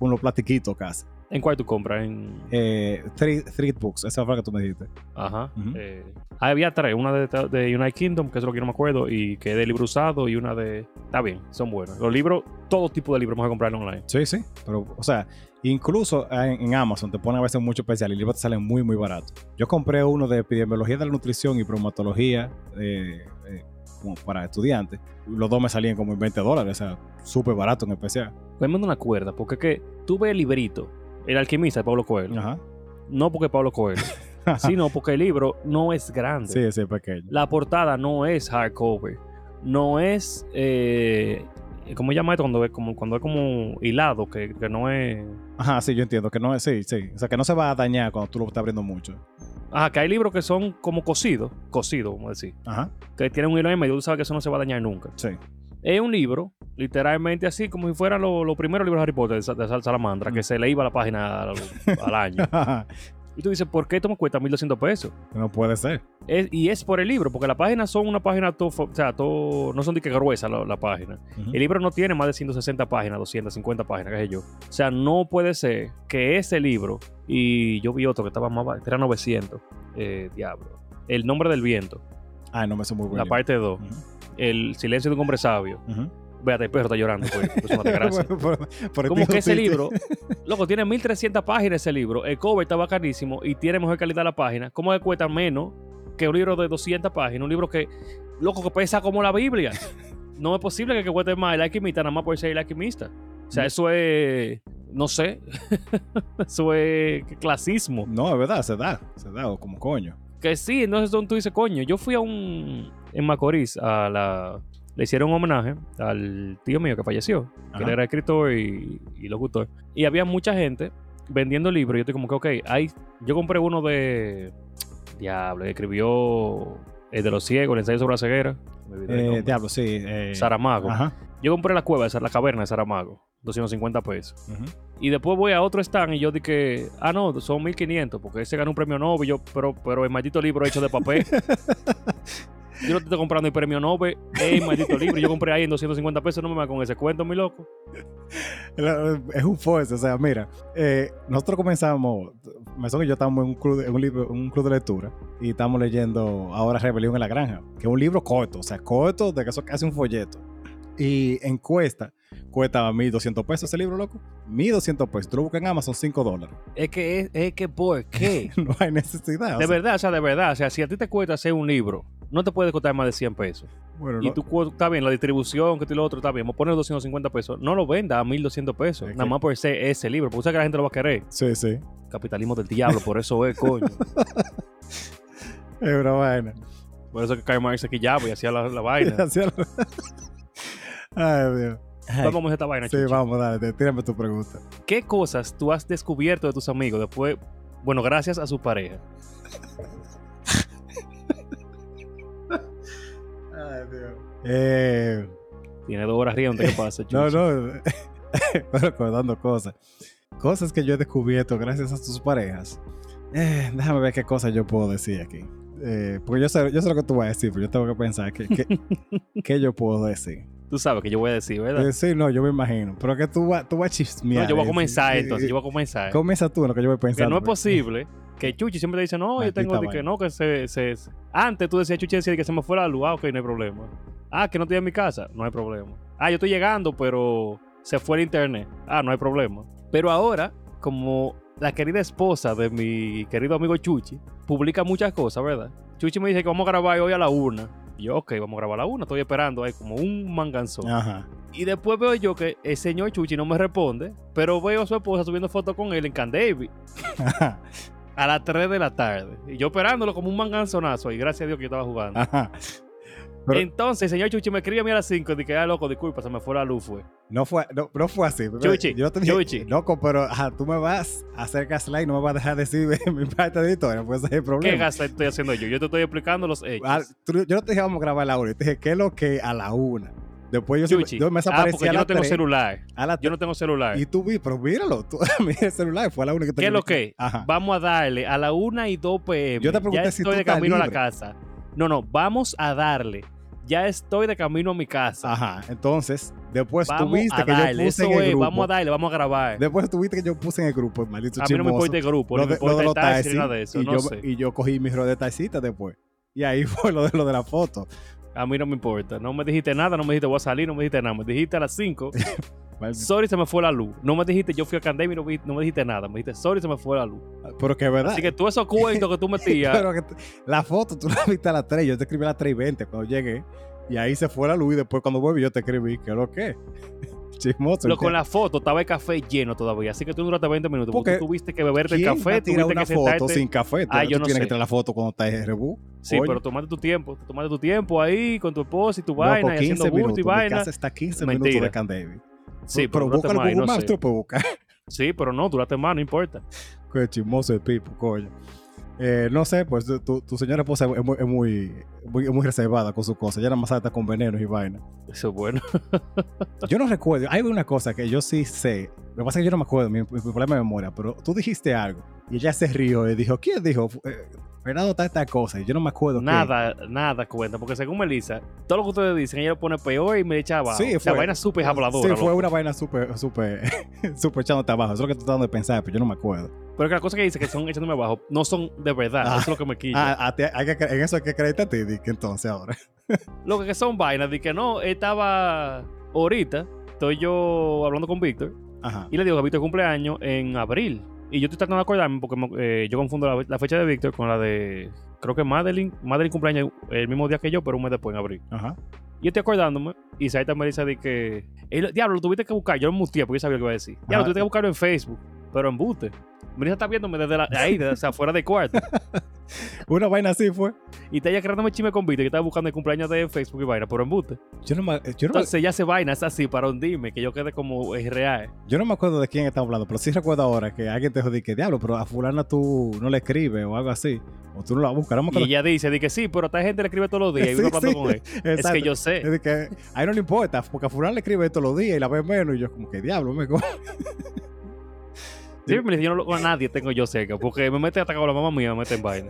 Speaker 2: con los platiquitos casi.
Speaker 1: ¿En cuál tú compras? En...
Speaker 2: Eh, three, Three Books, esa fue la que tú me dijiste.
Speaker 1: Ajá.
Speaker 2: Ujú.
Speaker 1: eh, ah, había tres, una de, de United Kingdom, que es lo que yo no me acuerdo, y que es de libro usado, y una de... Está bien, son buenas. Los libros, todo tipo de libros vamos a comprar online.
Speaker 2: Sí, sí. Pero, o sea, incluso en, en Amazon te ponen a veces mucho especial y libros te salen muy, muy baratos. Yo compré uno de epidemiología de la nutrición y bromatología eh, eh, como para estudiantes. Los dos me salían como en 20 dólares, o sea, súper barato en especial.
Speaker 1: Cógeme Pues una cuerda, porque es que tú ves el librito, El alquimista de Pablo Coelho.
Speaker 2: Ajá.
Speaker 1: No porque Pablo Coelho, sino porque el libro no es grande.
Speaker 2: sí, sí, pequeño.
Speaker 1: La portada no es hardcover, no es... Eh, ¿Cómo se llama esto? Cuando es como, cuando es como hilado, que, que no es...
Speaker 2: Ajá, sí, yo entiendo que no es, sí, sí. O sea, que no se va a dañar cuando tú lo estás abriendo mucho.
Speaker 1: Ajá, que hay libros que son como cosidos, cosidos, vamos a decir,
Speaker 2: Ajá,
Speaker 1: que tienen un hilo en medio, tú sabes que eso no se va a dañar nunca.
Speaker 2: sí.
Speaker 1: Es un libro, literalmente así, como si fuera lo, lo primero libro de Harry Potter de, Sa- de Sal Salamandra, que
Speaker 2: Mm.
Speaker 1: se le iba la página al, al año. Y tú dices, ¿por qué esto me cuesta 1200 pesos?
Speaker 2: no puede ser.
Speaker 1: Es- y es por el libro, porque las páginas son una página, to- o sea, to- no son de que gruesa la, la página.
Speaker 2: Ujú.
Speaker 1: El libro no tiene más de 160 páginas, 250 páginas, qué sé yo. O sea, no puede ser que ese libro, y yo vi otro que estaba más, ba- que era 900, eh, diablo. El nombre del viento,
Speaker 2: Ay, no me hizo muy bueno. Mm.
Speaker 1: la parte 2, El silencio de un hombre sabio. Véate, el perro está llorando, pues, porque es una desgracia. Como
Speaker 2: este
Speaker 1: que ese libro, loco, tiene 1300 páginas ese libro. El cover está bacanísimo y tiene mejor calidad la página. ¿Cómo le cuesta menos que un libro de 200 páginas? Un libro que, loco, que pesa como la Biblia. No es posible que, que cueste más el alquimista, nada más por ser el alquimista. O sea,
Speaker 2: Mm.
Speaker 1: eso es. No sé. eso es clasismo.
Speaker 2: No, es verdad, se da, se da, o como coño.
Speaker 1: Que sí, entonces tú- tú dices, coño, yo fui a un. En Macorís, a la. Le hicieron un homenaje al tío mío que falleció, que él
Speaker 2: Ajá.
Speaker 1: era escritor y, y locutor. Y había mucha gente vendiendo libros. Y yo estoy como que, ok, hay, yo compré uno de. Diablo, que escribió El de los ciegos, el ensayo sobre la ceguera. Me olvidé el
Speaker 2: Eh,
Speaker 1: nombre.
Speaker 2: diablo, sí. Eh,
Speaker 1: Saramago.
Speaker 2: Ajá.
Speaker 1: Yo compré la cueva, de Sa- la caverna de Saramago, 250 pesos.
Speaker 2: Ujú.
Speaker 1: Y después voy a otro stand y yo dije, ah, no, son 1500, porque ese ganó un premio Nobel, yo, pero, pero el maldito libro hecho de papel. Yo no te estoy comprando el premio Nobel, es maldito libro. Yo compré ahí en 250 pesos, no me va con ese cuento, mi loco.
Speaker 2: Es un force, o sea, mira, eh, nosotros comenzamos, Mesón y yo estamos en un club, de- en un, libro, en un club de lectura y estamos leyendo ahora Rebelión en la Granja, que es un libro corto, o sea, corto, de que eso es casi un folleto. Y en cuesta, cuesta 1.200 pesos ese libro, loco. 1.200 pesos, tú lo buscas en Amazon 5 dólares.
Speaker 3: Es que, es, es que, ¿por qué?
Speaker 2: No hay necesidad. o
Speaker 1: De
Speaker 2: sea,
Speaker 1: verdad, o sea, de verdad. O sea, si a ti te cuesta hacer un libro, no te puede costar más de 100 pesos.
Speaker 2: bueno,
Speaker 1: Y
Speaker 2: no-
Speaker 1: tú cu- está bien, la distribución, que tú y lo otro, está bien. Vamos a poner 250 pesos. No lo venda a 1200 pesos.
Speaker 2: Es
Speaker 1: Nada
Speaker 2: que-
Speaker 1: más por ser ese libro. Porque tú sabes que la gente lo va a querer.
Speaker 2: Sí, sí.
Speaker 1: Capitalismo del diablo, por eso es, coño.
Speaker 2: Es una vaina.
Speaker 1: Por eso que Karl Marx aquí ya, y hacía la, la vaina.
Speaker 2: Así era. Ay, Dios.
Speaker 1: ¿Cuándo vamos a esta vaina,
Speaker 2: Sí,
Speaker 1: Chucho?
Speaker 2: vamos, dale, te- tírame tu pregunta.
Speaker 1: ¿Qué cosas tú has descubierto de tus amigos después, bueno, gracias a su pareja?
Speaker 2: Ay, Dios. Eh,
Speaker 1: Tiene dos horas riendo, ¿qué pasa, Chucho?
Speaker 2: no, no. recordando cosas. Cosas que yo he descubierto gracias a tus parejas. Eh, déjame ver qué cosas yo puedo decir aquí. Eh, porque yo sé, yo sé lo que tú vas a decir, pero yo tengo que pensar qué qué- qué yo puedo decir.
Speaker 1: Tú sabes que yo voy a decir, ¿verdad?
Speaker 2: Eh, sí, no, yo me imagino. Pero que tú, vas tú vas a chismear.
Speaker 1: no, yo voy a
Speaker 2: eh,
Speaker 1: comenzar
Speaker 2: eh,
Speaker 1: entonces,
Speaker 2: eh,
Speaker 1: yo voy a comenzar.
Speaker 2: Comienza tú en lo que yo voy
Speaker 1: Que
Speaker 2: pensando.
Speaker 1: no es
Speaker 2: porque-
Speaker 1: posible que Chuchi siempre le dice, no, yo
Speaker 2: Maldita
Speaker 1: tengo de que
Speaker 2: vaina.
Speaker 1: no, que se, se- se- Antes tú decías, Chuchi decía que se me fuera la luz, ah, ok, no hay problema. Ah, que no estoy en mi casa, no hay problema. Ah, yo estoy llegando, pero se fue el internet, ah, no hay problema. Pero ahora, como la querida esposa de mi querido amigo Chuchi, publica muchas cosas, ¿verdad? Chuchi me dice que vamos a grabar hoy a la una. Y yo, ok, vamos a grabar a la una, estoy esperando, hay como un manganzón.
Speaker 2: Ajá.
Speaker 1: Y después veo yo que el señor Chuchi no me responde, pero veo a su esposa subiendo fotos con él en Candavi
Speaker 2: Ajá.
Speaker 1: a las 3 de la tarde. Y yo esperándolo como un manganzonazo. Y gracias a Dios que yo estaba jugando.
Speaker 2: Ajá. Ah, pero-
Speaker 1: Entonces, el señor Chuchi me escribe a mí a las 5. Dije, ah, loco, disculpa, se me fue la luz, fue.
Speaker 2: No fue, no, no fue así. pero
Speaker 1: Chuchi,
Speaker 2: yo te dije,
Speaker 1: Chuchi.
Speaker 2: loco, pero ajá, tú me vas a hacer gaslight y no me vas a dejar decir mi parte de historia, pues ese es el
Speaker 1: ¿Qué
Speaker 2: problema.
Speaker 1: gasta estoy haciendo yo? Yo te estoy explicando los hechos.
Speaker 2: Ah, tú- yo no te dije vamos a grabar a la una, yo te dije, ¿qué es lo que a la una? Después yo, siempre-
Speaker 1: Chuchi.
Speaker 2: yo me
Speaker 1: ah,
Speaker 2: desaparecí
Speaker 1: porque
Speaker 2: a
Speaker 1: yo
Speaker 2: la
Speaker 1: no tengo
Speaker 2: tres,
Speaker 1: celular.
Speaker 2: a la
Speaker 1: Yo
Speaker 2: tres,
Speaker 1: no tengo celular.
Speaker 2: Y tú vi, pero míralo, tú, mira el celular, fue a la una que te
Speaker 1: ¿Qué es lo que?
Speaker 2: Ajá.
Speaker 1: Vamos a darle a la 1 y 2 pm.
Speaker 2: Yo te pregunté
Speaker 1: ya
Speaker 2: si tú
Speaker 1: estoy de
Speaker 2: estás
Speaker 1: camino a la
Speaker 2: libre.
Speaker 1: casa. No, no, vamos a darle. Ya estoy de camino a mi casa.
Speaker 2: Ajá. Entonces, después tú
Speaker 1: vamos
Speaker 2: viste
Speaker 1: a
Speaker 2: que yo
Speaker 1: darle.
Speaker 2: puse
Speaker 1: Eso
Speaker 2: en el
Speaker 1: es,
Speaker 2: grupo.
Speaker 1: vamos a darle, vamos a grabar.
Speaker 2: Después tú viste que yo puse en el grupo, maldito
Speaker 1: A mí no
Speaker 2: chismoso.
Speaker 1: me importa el grupo, no
Speaker 2: lo
Speaker 1: me
Speaker 2: de, lo
Speaker 1: importa
Speaker 2: de
Speaker 1: el
Speaker 2: los
Speaker 1: taxi, ni
Speaker 2: taxis.
Speaker 1: nada de eso,
Speaker 2: y,
Speaker 1: no
Speaker 2: yo,
Speaker 1: sé.
Speaker 2: y yo cogí mis roles de taxista después. Y ahí fue lo de, lo de la foto.
Speaker 1: A mí no me importa. No me dijiste nada, no me dijiste voy a salir, no me dijiste nada. Me dijiste a las 5. sorry, se me fue la luz. No me dijiste yo fui a Candemi, no, vi- no me dijiste nada. Me dijiste sorry, se me fue la luz.
Speaker 2: Pero que es verdad.
Speaker 1: Así que tú esos cuentos que tú metías.
Speaker 2: Pero que t- la foto tú la viste a las 3. Yo te escribí a las 3 y 20 cuando llegué. Y ahí se fue la luz. Y después cuando vuelve yo te escribí. ¿Qué es lo que? Chismoso.
Speaker 1: Lo con
Speaker 2: ¿entiendes?
Speaker 1: la foto estaba el café lleno todavía, así que tú no duraste 20 minutos. Porque
Speaker 2: Porque
Speaker 1: tú tuviste que beberte el
Speaker 2: ¿Quién va a
Speaker 1: café,
Speaker 2: tirar
Speaker 1: tuviste
Speaker 2: una
Speaker 1: que
Speaker 2: foto
Speaker 1: sentarte.
Speaker 2: sin café.
Speaker 1: Ah,
Speaker 2: Tú
Speaker 1: yo no
Speaker 2: tienes
Speaker 1: sé.
Speaker 2: que tirar la foto cuando estás en rebú.
Speaker 1: Sí,
Speaker 2: Coño.
Speaker 1: pero tomaste tu tiempo, te tomaste tu tiempo ahí con tu esposa y tu
Speaker 2: Loco,
Speaker 1: vaina, y haciendo bulto y
Speaker 2: minutos. Mi
Speaker 1: vaina.
Speaker 2: casa está a 15
Speaker 1: Mentira.
Speaker 2: minutos de Candevi.
Speaker 1: Sí,
Speaker 2: pero,
Speaker 1: pero, duraste
Speaker 2: busca el
Speaker 1: más ahí,
Speaker 2: Google
Speaker 1: no
Speaker 2: Maps,
Speaker 1: sé.
Speaker 2: tú puedes buscar.
Speaker 1: Sí, pero no, duraste más, no importa.
Speaker 2: Qué chismoso el pipo, coño. Eh, no sé, pues tu- tu, tu señora esposa es muy, es muy, muy- muy reservada con sus cosas. Ya nada más está con venenos y vaina.
Speaker 1: Eso es bueno.
Speaker 2: Yo no recuerdo. Hay una cosa que yo sí sé. Lo que pasa es que yo no me acuerdo. Mi, mi problema de memoria. Pero tú dijiste algo. Y ella se rió y dijo: ¿Quién dijo? Eh, Fernando está esta cosa. Y yo no me acuerdo. qué.
Speaker 1: Nada, nada cuenta, porque según Melissa, todo lo que ustedes dicen, ella lo pone peor y me echa abajo.
Speaker 2: Sí,
Speaker 1: La
Speaker 2: fue-
Speaker 1: vaina es súper habladora.
Speaker 2: Sí,
Speaker 1: loco.
Speaker 2: fue una vaina súper, súper, súper echándote abajo. Eso es lo que tú tratando de pensar, pero yo no me acuerdo.
Speaker 1: Pero que las cosas que dice que son echándome abajo no son de verdad.
Speaker 2: Ah.
Speaker 1: Eso es lo que me quilla.
Speaker 2: Ah, a ti- hay que cre- en eso hay que creerte a ti, Dick, entonces ahora.
Speaker 1: Lo que son vainas de que no, estaba ahorita, estoy yo hablando con Víctor
Speaker 2: Ajá.
Speaker 1: y le digo que Víctor cumpleaños en abril. Y yo estoy tratando de acordarme porque me- eh, yo confundo la, la fecha de Víctor con la de, creo que Madeline. Madeline cumpleaños el mismo día que yo, pero un mes después, en abril.
Speaker 2: Ajá.
Speaker 1: Yo estoy acordándome y Saita me dice de que, "Ey, lo- diablo, lo tuviste que buscar. Yo lo muteé porque yo sabía lo que iba a decir. Diablo,
Speaker 2: Ajá.
Speaker 1: tuviste que buscarlo en Facebook, pero en Bute. Melissa está viéndome desde la- ahí, desde, o sea, fuera de cuarto.
Speaker 2: Una vaina así fue.
Speaker 1: Y está ya creándome chisme con Vito, que estaba buscando el cumpleaños de Facebook y vaina, pero embuste.
Speaker 2: Yo no, me, yo, no me,
Speaker 1: Entonces ya se vaina, es así, para hundirme, que yo quede como es real.
Speaker 2: yo no me acuerdo de quién estamos hablando, pero sí recuerdo ahora que alguien te dijo, di que diablo, pero a fulana tú no le escribes o algo así. O tú no la buscas. No me
Speaker 1: Y
Speaker 2: acuerdo.
Speaker 1: ella dice, de que sí, pero esta gente le escribe todos los días y uno
Speaker 2: Sí,
Speaker 1: hablando
Speaker 2: sí.
Speaker 1: con él. Es
Speaker 2: Exacto.
Speaker 1: que yo sé.
Speaker 2: Es de que a él no le importa, porque a fulano le escribe todos los días y la ve menos. Y yo como que diablo, me co-".
Speaker 1: Siempre me dice, yo no lo, a nadie tengo yo cerca, porque me mete hasta con la mamá mía, me mete en vaina.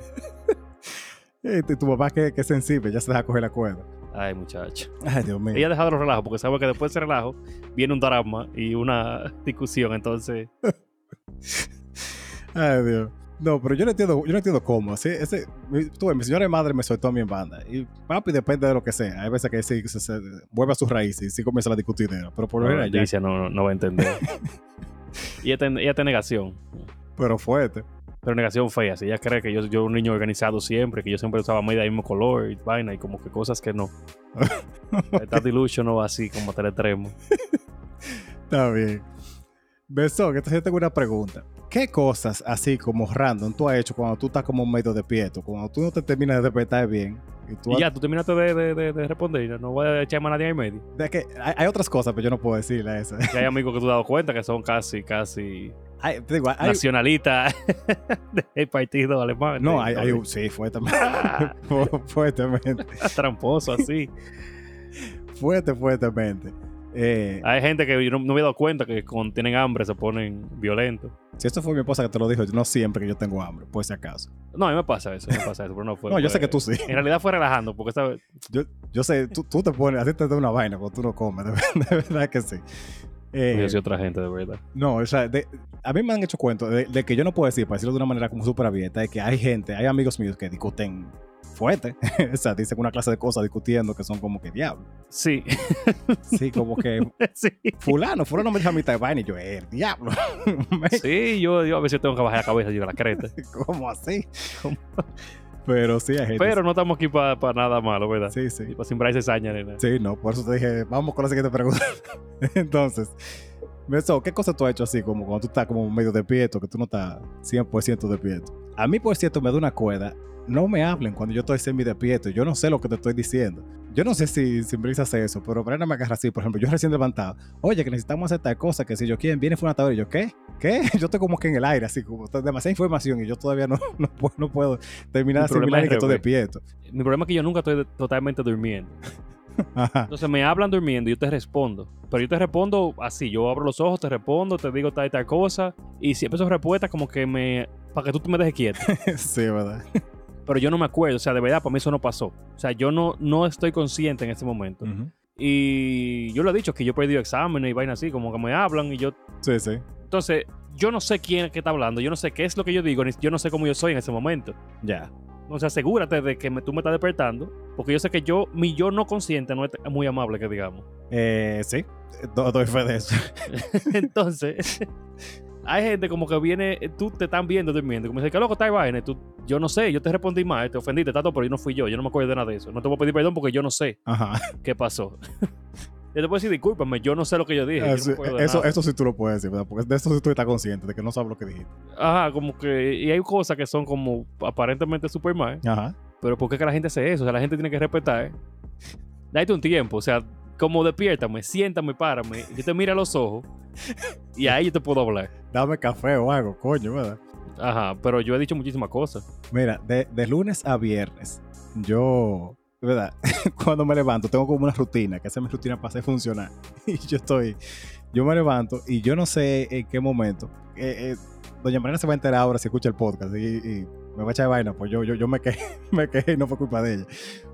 Speaker 2: Eh, tu tu papá que, que es sensible, ya se deja coger la cuerda.
Speaker 1: Ay, muchacho.
Speaker 2: Ay, Dios mío.
Speaker 1: Ella ha dejado los relajos porque sabe que después de ese relajo viene un drama y una discusión. Entonces,
Speaker 2: Ay, Dios. No, pero yo no entiendo, yo no entiendo cómo. Así, ese, mi, tú ves, mi señora madre me soltó a mí en banda. Y papi depende de lo que sea. Hay veces que sí, se, se- vuelve a sus raíces y sí comienza la discutidera. Pero por lo general ya.
Speaker 1: Alicia no, no, no va a entender. y ella tiene, ella tiene negación.
Speaker 2: Pero fuerte.
Speaker 1: Pero negación fea. Si ella cree que yo, yo un niño organizado siempre, que yo siempre usaba media del mismo color y vaina y como que cosas que no. Está dilution no va así como hasta el extremo.
Speaker 2: Está bien. Besón, entonces yo tengo una pregunta. ¿Qué cosas así como random tú has hecho cuando tú estás como medio despierto? Cuando tú no te terminas de despertar bien. Y tú
Speaker 1: Y ya, tú terminaste de, de- de- de responder. No voy a echarme a nadie en medio.
Speaker 2: de que hay, hay otras cosas, pero yo no puedo decirle a esas.
Speaker 1: Que hay amigos que tú te has dado cuenta que son casi, casi
Speaker 2: Hay- te digo, hay-
Speaker 1: nacionalistas del partido alemán.
Speaker 2: no,
Speaker 1: Sí, Ah,
Speaker 2: hay, hay un- sí, fuertemente. fuertemente.
Speaker 1: tramposo así.
Speaker 2: Fuerte, fuertemente. Eh,
Speaker 1: Hay gente que yo no, no me he dado cuenta que cuando tienen hambre se ponen violentos.
Speaker 2: Si esto fue mi esposa que te lo dijo, yo no siempre que yo tengo hambre, por si acaso.
Speaker 1: No, a mí me pasa eso, me pasa eso, pero no fue.
Speaker 2: no, yo
Speaker 1: fue-
Speaker 2: sé que tú sí.
Speaker 1: En realidad fue relajando, porque esta vez-
Speaker 2: Yo, yo sé, tú, tú te pones, a ti te da una vaina cuando tú no comes, de, ver- de verdad que sí. Eh,
Speaker 1: Pues yo soy otra gente, de verdad.
Speaker 2: No, o sea, de- a mí me han hecho cuentos de, de que yo no puedo decir, para decirlo de una manera como súper abierta, de que hay gente, hay amigos míos que discuten fuerte. o sea, dicen una clase de cosas discutiendo que son como que diablo.
Speaker 1: Sí,
Speaker 2: Sí, como que
Speaker 1: sí.
Speaker 2: fulano, fulano me dijo a mitad de vaina y yo, "Eh, el diablo.
Speaker 1: Sí, yo, yo a veces tengo que bajar la cabeza y yo la creta.
Speaker 2: ¿Cómo así?
Speaker 1: ¿Cómo?
Speaker 2: Pero sí, hay gente.
Speaker 1: Pero no estamos aquí para nada malo, ¿verdad?
Speaker 2: sí, sí.
Speaker 1: Ni para sembrar cizaña, nena.
Speaker 2: Sí, no, por eso te dije, vamos con la siguiente pregunta. Entonces, Beso, ¿qué cosa tú has hecho así como cuando tú estás como medio de pieto, que tú no estás 100% de pieto? A mí, por cierto, me da una cuerda. No me hablen cuando yo estoy semi de pieto. Yo no sé lo que te estoy diciendo. Yo no sé si, si Brisa hace eso, pero Brenda me agarra así. Por ejemplo, yo recién levantado. Oye, que necesitamos hacer tal cosa, que si yo quién viene fue una tabla. Y yo, ¿qué? ¿Qué? Yo estoy como que en el aire, así como demasiada información y yo todavía no, no, puedo, no puedo terminar de
Speaker 1: El problema
Speaker 2: asimilar
Speaker 1: es
Speaker 2: que estoy de
Speaker 1: revés.
Speaker 2: pieto.
Speaker 1: Mi problema es que yo nunca estoy de- totalmente durmiendo.
Speaker 2: Ajá.
Speaker 1: Entonces me hablan durmiendo y yo te respondo. Pero yo te respondo así, yo abro los ojos, te respondo, te digo tal y tal cosa. Y siempre esas respuestas como que me... Para que tú te me dejes quieto.
Speaker 2: Sí, ¿verdad?
Speaker 1: Pero yo no me acuerdo, o sea, de verdad, para mí eso no pasó. O sea, yo no, no estoy consciente en ese momento.
Speaker 2: Ujú.
Speaker 1: Y yo lo he dicho, que yo he perdido exámenes y vainas así, como que me hablan y yo...
Speaker 2: Sí, sí.
Speaker 1: Entonces, yo no sé quién es que está hablando, yo no sé qué es lo que yo digo, ni yo no sé cómo yo soy en ese momento.
Speaker 2: Ya.
Speaker 1: Entonces, asegúrate de que me- tú me estás despertando, porque yo sé que yo, mi yo no consciente no es t- muy amable, que digamos.
Speaker 2: Eh, sí, do- doy fe de eso.
Speaker 1: Entonces, hay gente como que viene, tú te están viendo durmiendo, como dice, ¿qué loco está vaina? Y tú, yo no sé, yo te respondí mal, te ofendí, te tato, pero yo no fui yo, yo no me acuerdo de nada de eso. No te voy a pedir perdón porque yo no sé
Speaker 2: Ajá.
Speaker 1: qué pasó. yo te puedo decir, discúlpame, yo no sé lo que yo dije. yo no me
Speaker 2: Eso,
Speaker 1: acuerdo de
Speaker 2: eso,
Speaker 1: nada".
Speaker 2: eso sí tú lo puedes decir, ¿verdad? Porque de eso sí tú estás consciente, de que no sabes lo que dijiste.
Speaker 1: Ajá, como que, y hay cosas que son como aparentemente super mal,
Speaker 2: Ajá.
Speaker 1: pero ¿por qué que la gente hace eso? O sea, la gente tiene que respetar. ¿eh? Date un tiempo, o sea, como despiértame, siéntame, párame, yo te miro a los ojos y ahí yo te puedo hablar.
Speaker 2: Dame café o algo, coño, ¿verdad?
Speaker 1: Ajá, pero yo he dicho muchísimas cosas.
Speaker 2: Mira, de, de lunes a viernes, yo, ¿verdad? Cuando me levanto, tengo como una rutina, que esa es mi rutina para hacer funcionar. Y yo estoy, yo me levanto y yo no sé en qué momento. eh, eh, Doña Marina se va a enterar ahora si escucha el podcast y, y me va a echar vaina, pues yo, yo, yo me quejé, me quejé y no fue culpa de ella.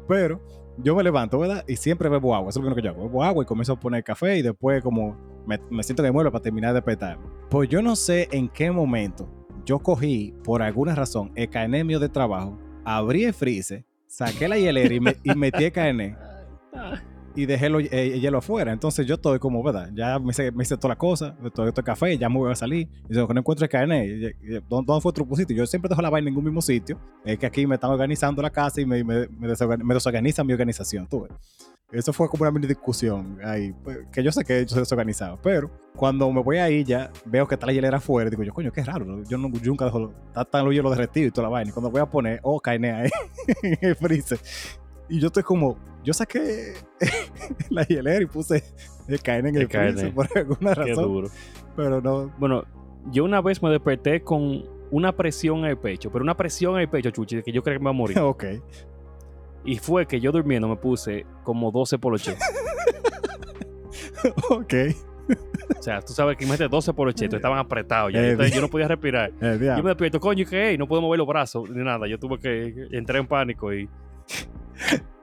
Speaker 2: Pero yo me levanto, ¿verdad? Y siempre bebo agua, eso es lo primero que yo hago. Bebo agua y comienzo a poner café y después como me, me siento en el mueble para terminar de petarme. Pues yo no sé en qué momento yo cogí, por alguna razón, el carnet mío de trabajo, abrí el freezer, saqué la hielera y, me- y metí el carnet y dejé eh, el, hielo afuera. Entonces yo estoy como, ¿verdad? Ya me hice, me hice toda la cosa, estoy, estoy café, ya me voy a salir. Y digo, que no encuentro el carnet. Y- y- ¿Dónde, dónde fue otro sitio? Yo siempre dejo la vaina en ningún mismo sitio. Es que aquí me están organizando la casa y me, me, me desorgan- me desorganiza mi organización, tú ves. Eso fue como una mini discusión ahí, pues, que yo sé que yo soy desorganizado, pero cuando me voy ahí ya veo que está la hielera afuera, digo yo, coño, qué raro, ¿no? yo, no, yo nunca dejo, está tan los hielos derretidos y toda la vaina, y cuando voy a poner, oh, carnet ahí en el freezer, y yo estoy como, yo saqué la hielera y puse el carnet en el,
Speaker 1: El carnet.
Speaker 2: freezer por alguna
Speaker 1: Qué
Speaker 2: razón,
Speaker 1: duro.
Speaker 2: pero no,
Speaker 1: Bueno, yo una vez me desperté con una presión en el pecho, pero una presión en el pecho, Chuchi, de que yo creía que me iba a morir.
Speaker 2: ok,
Speaker 1: Y fue que yo durmiendo me puse como 12 poloches.
Speaker 2: ok,
Speaker 1: O sea, tú sabes que imagínate 12 por 80, estaban apretados ya. Entonces, yo no podía respirar. Yo
Speaker 2: El diablo.
Speaker 1: me despierto, coño, ¿y ¿qué? Y No puedo mover los brazos ni nada. Yo tuve que. Entré en pánico y.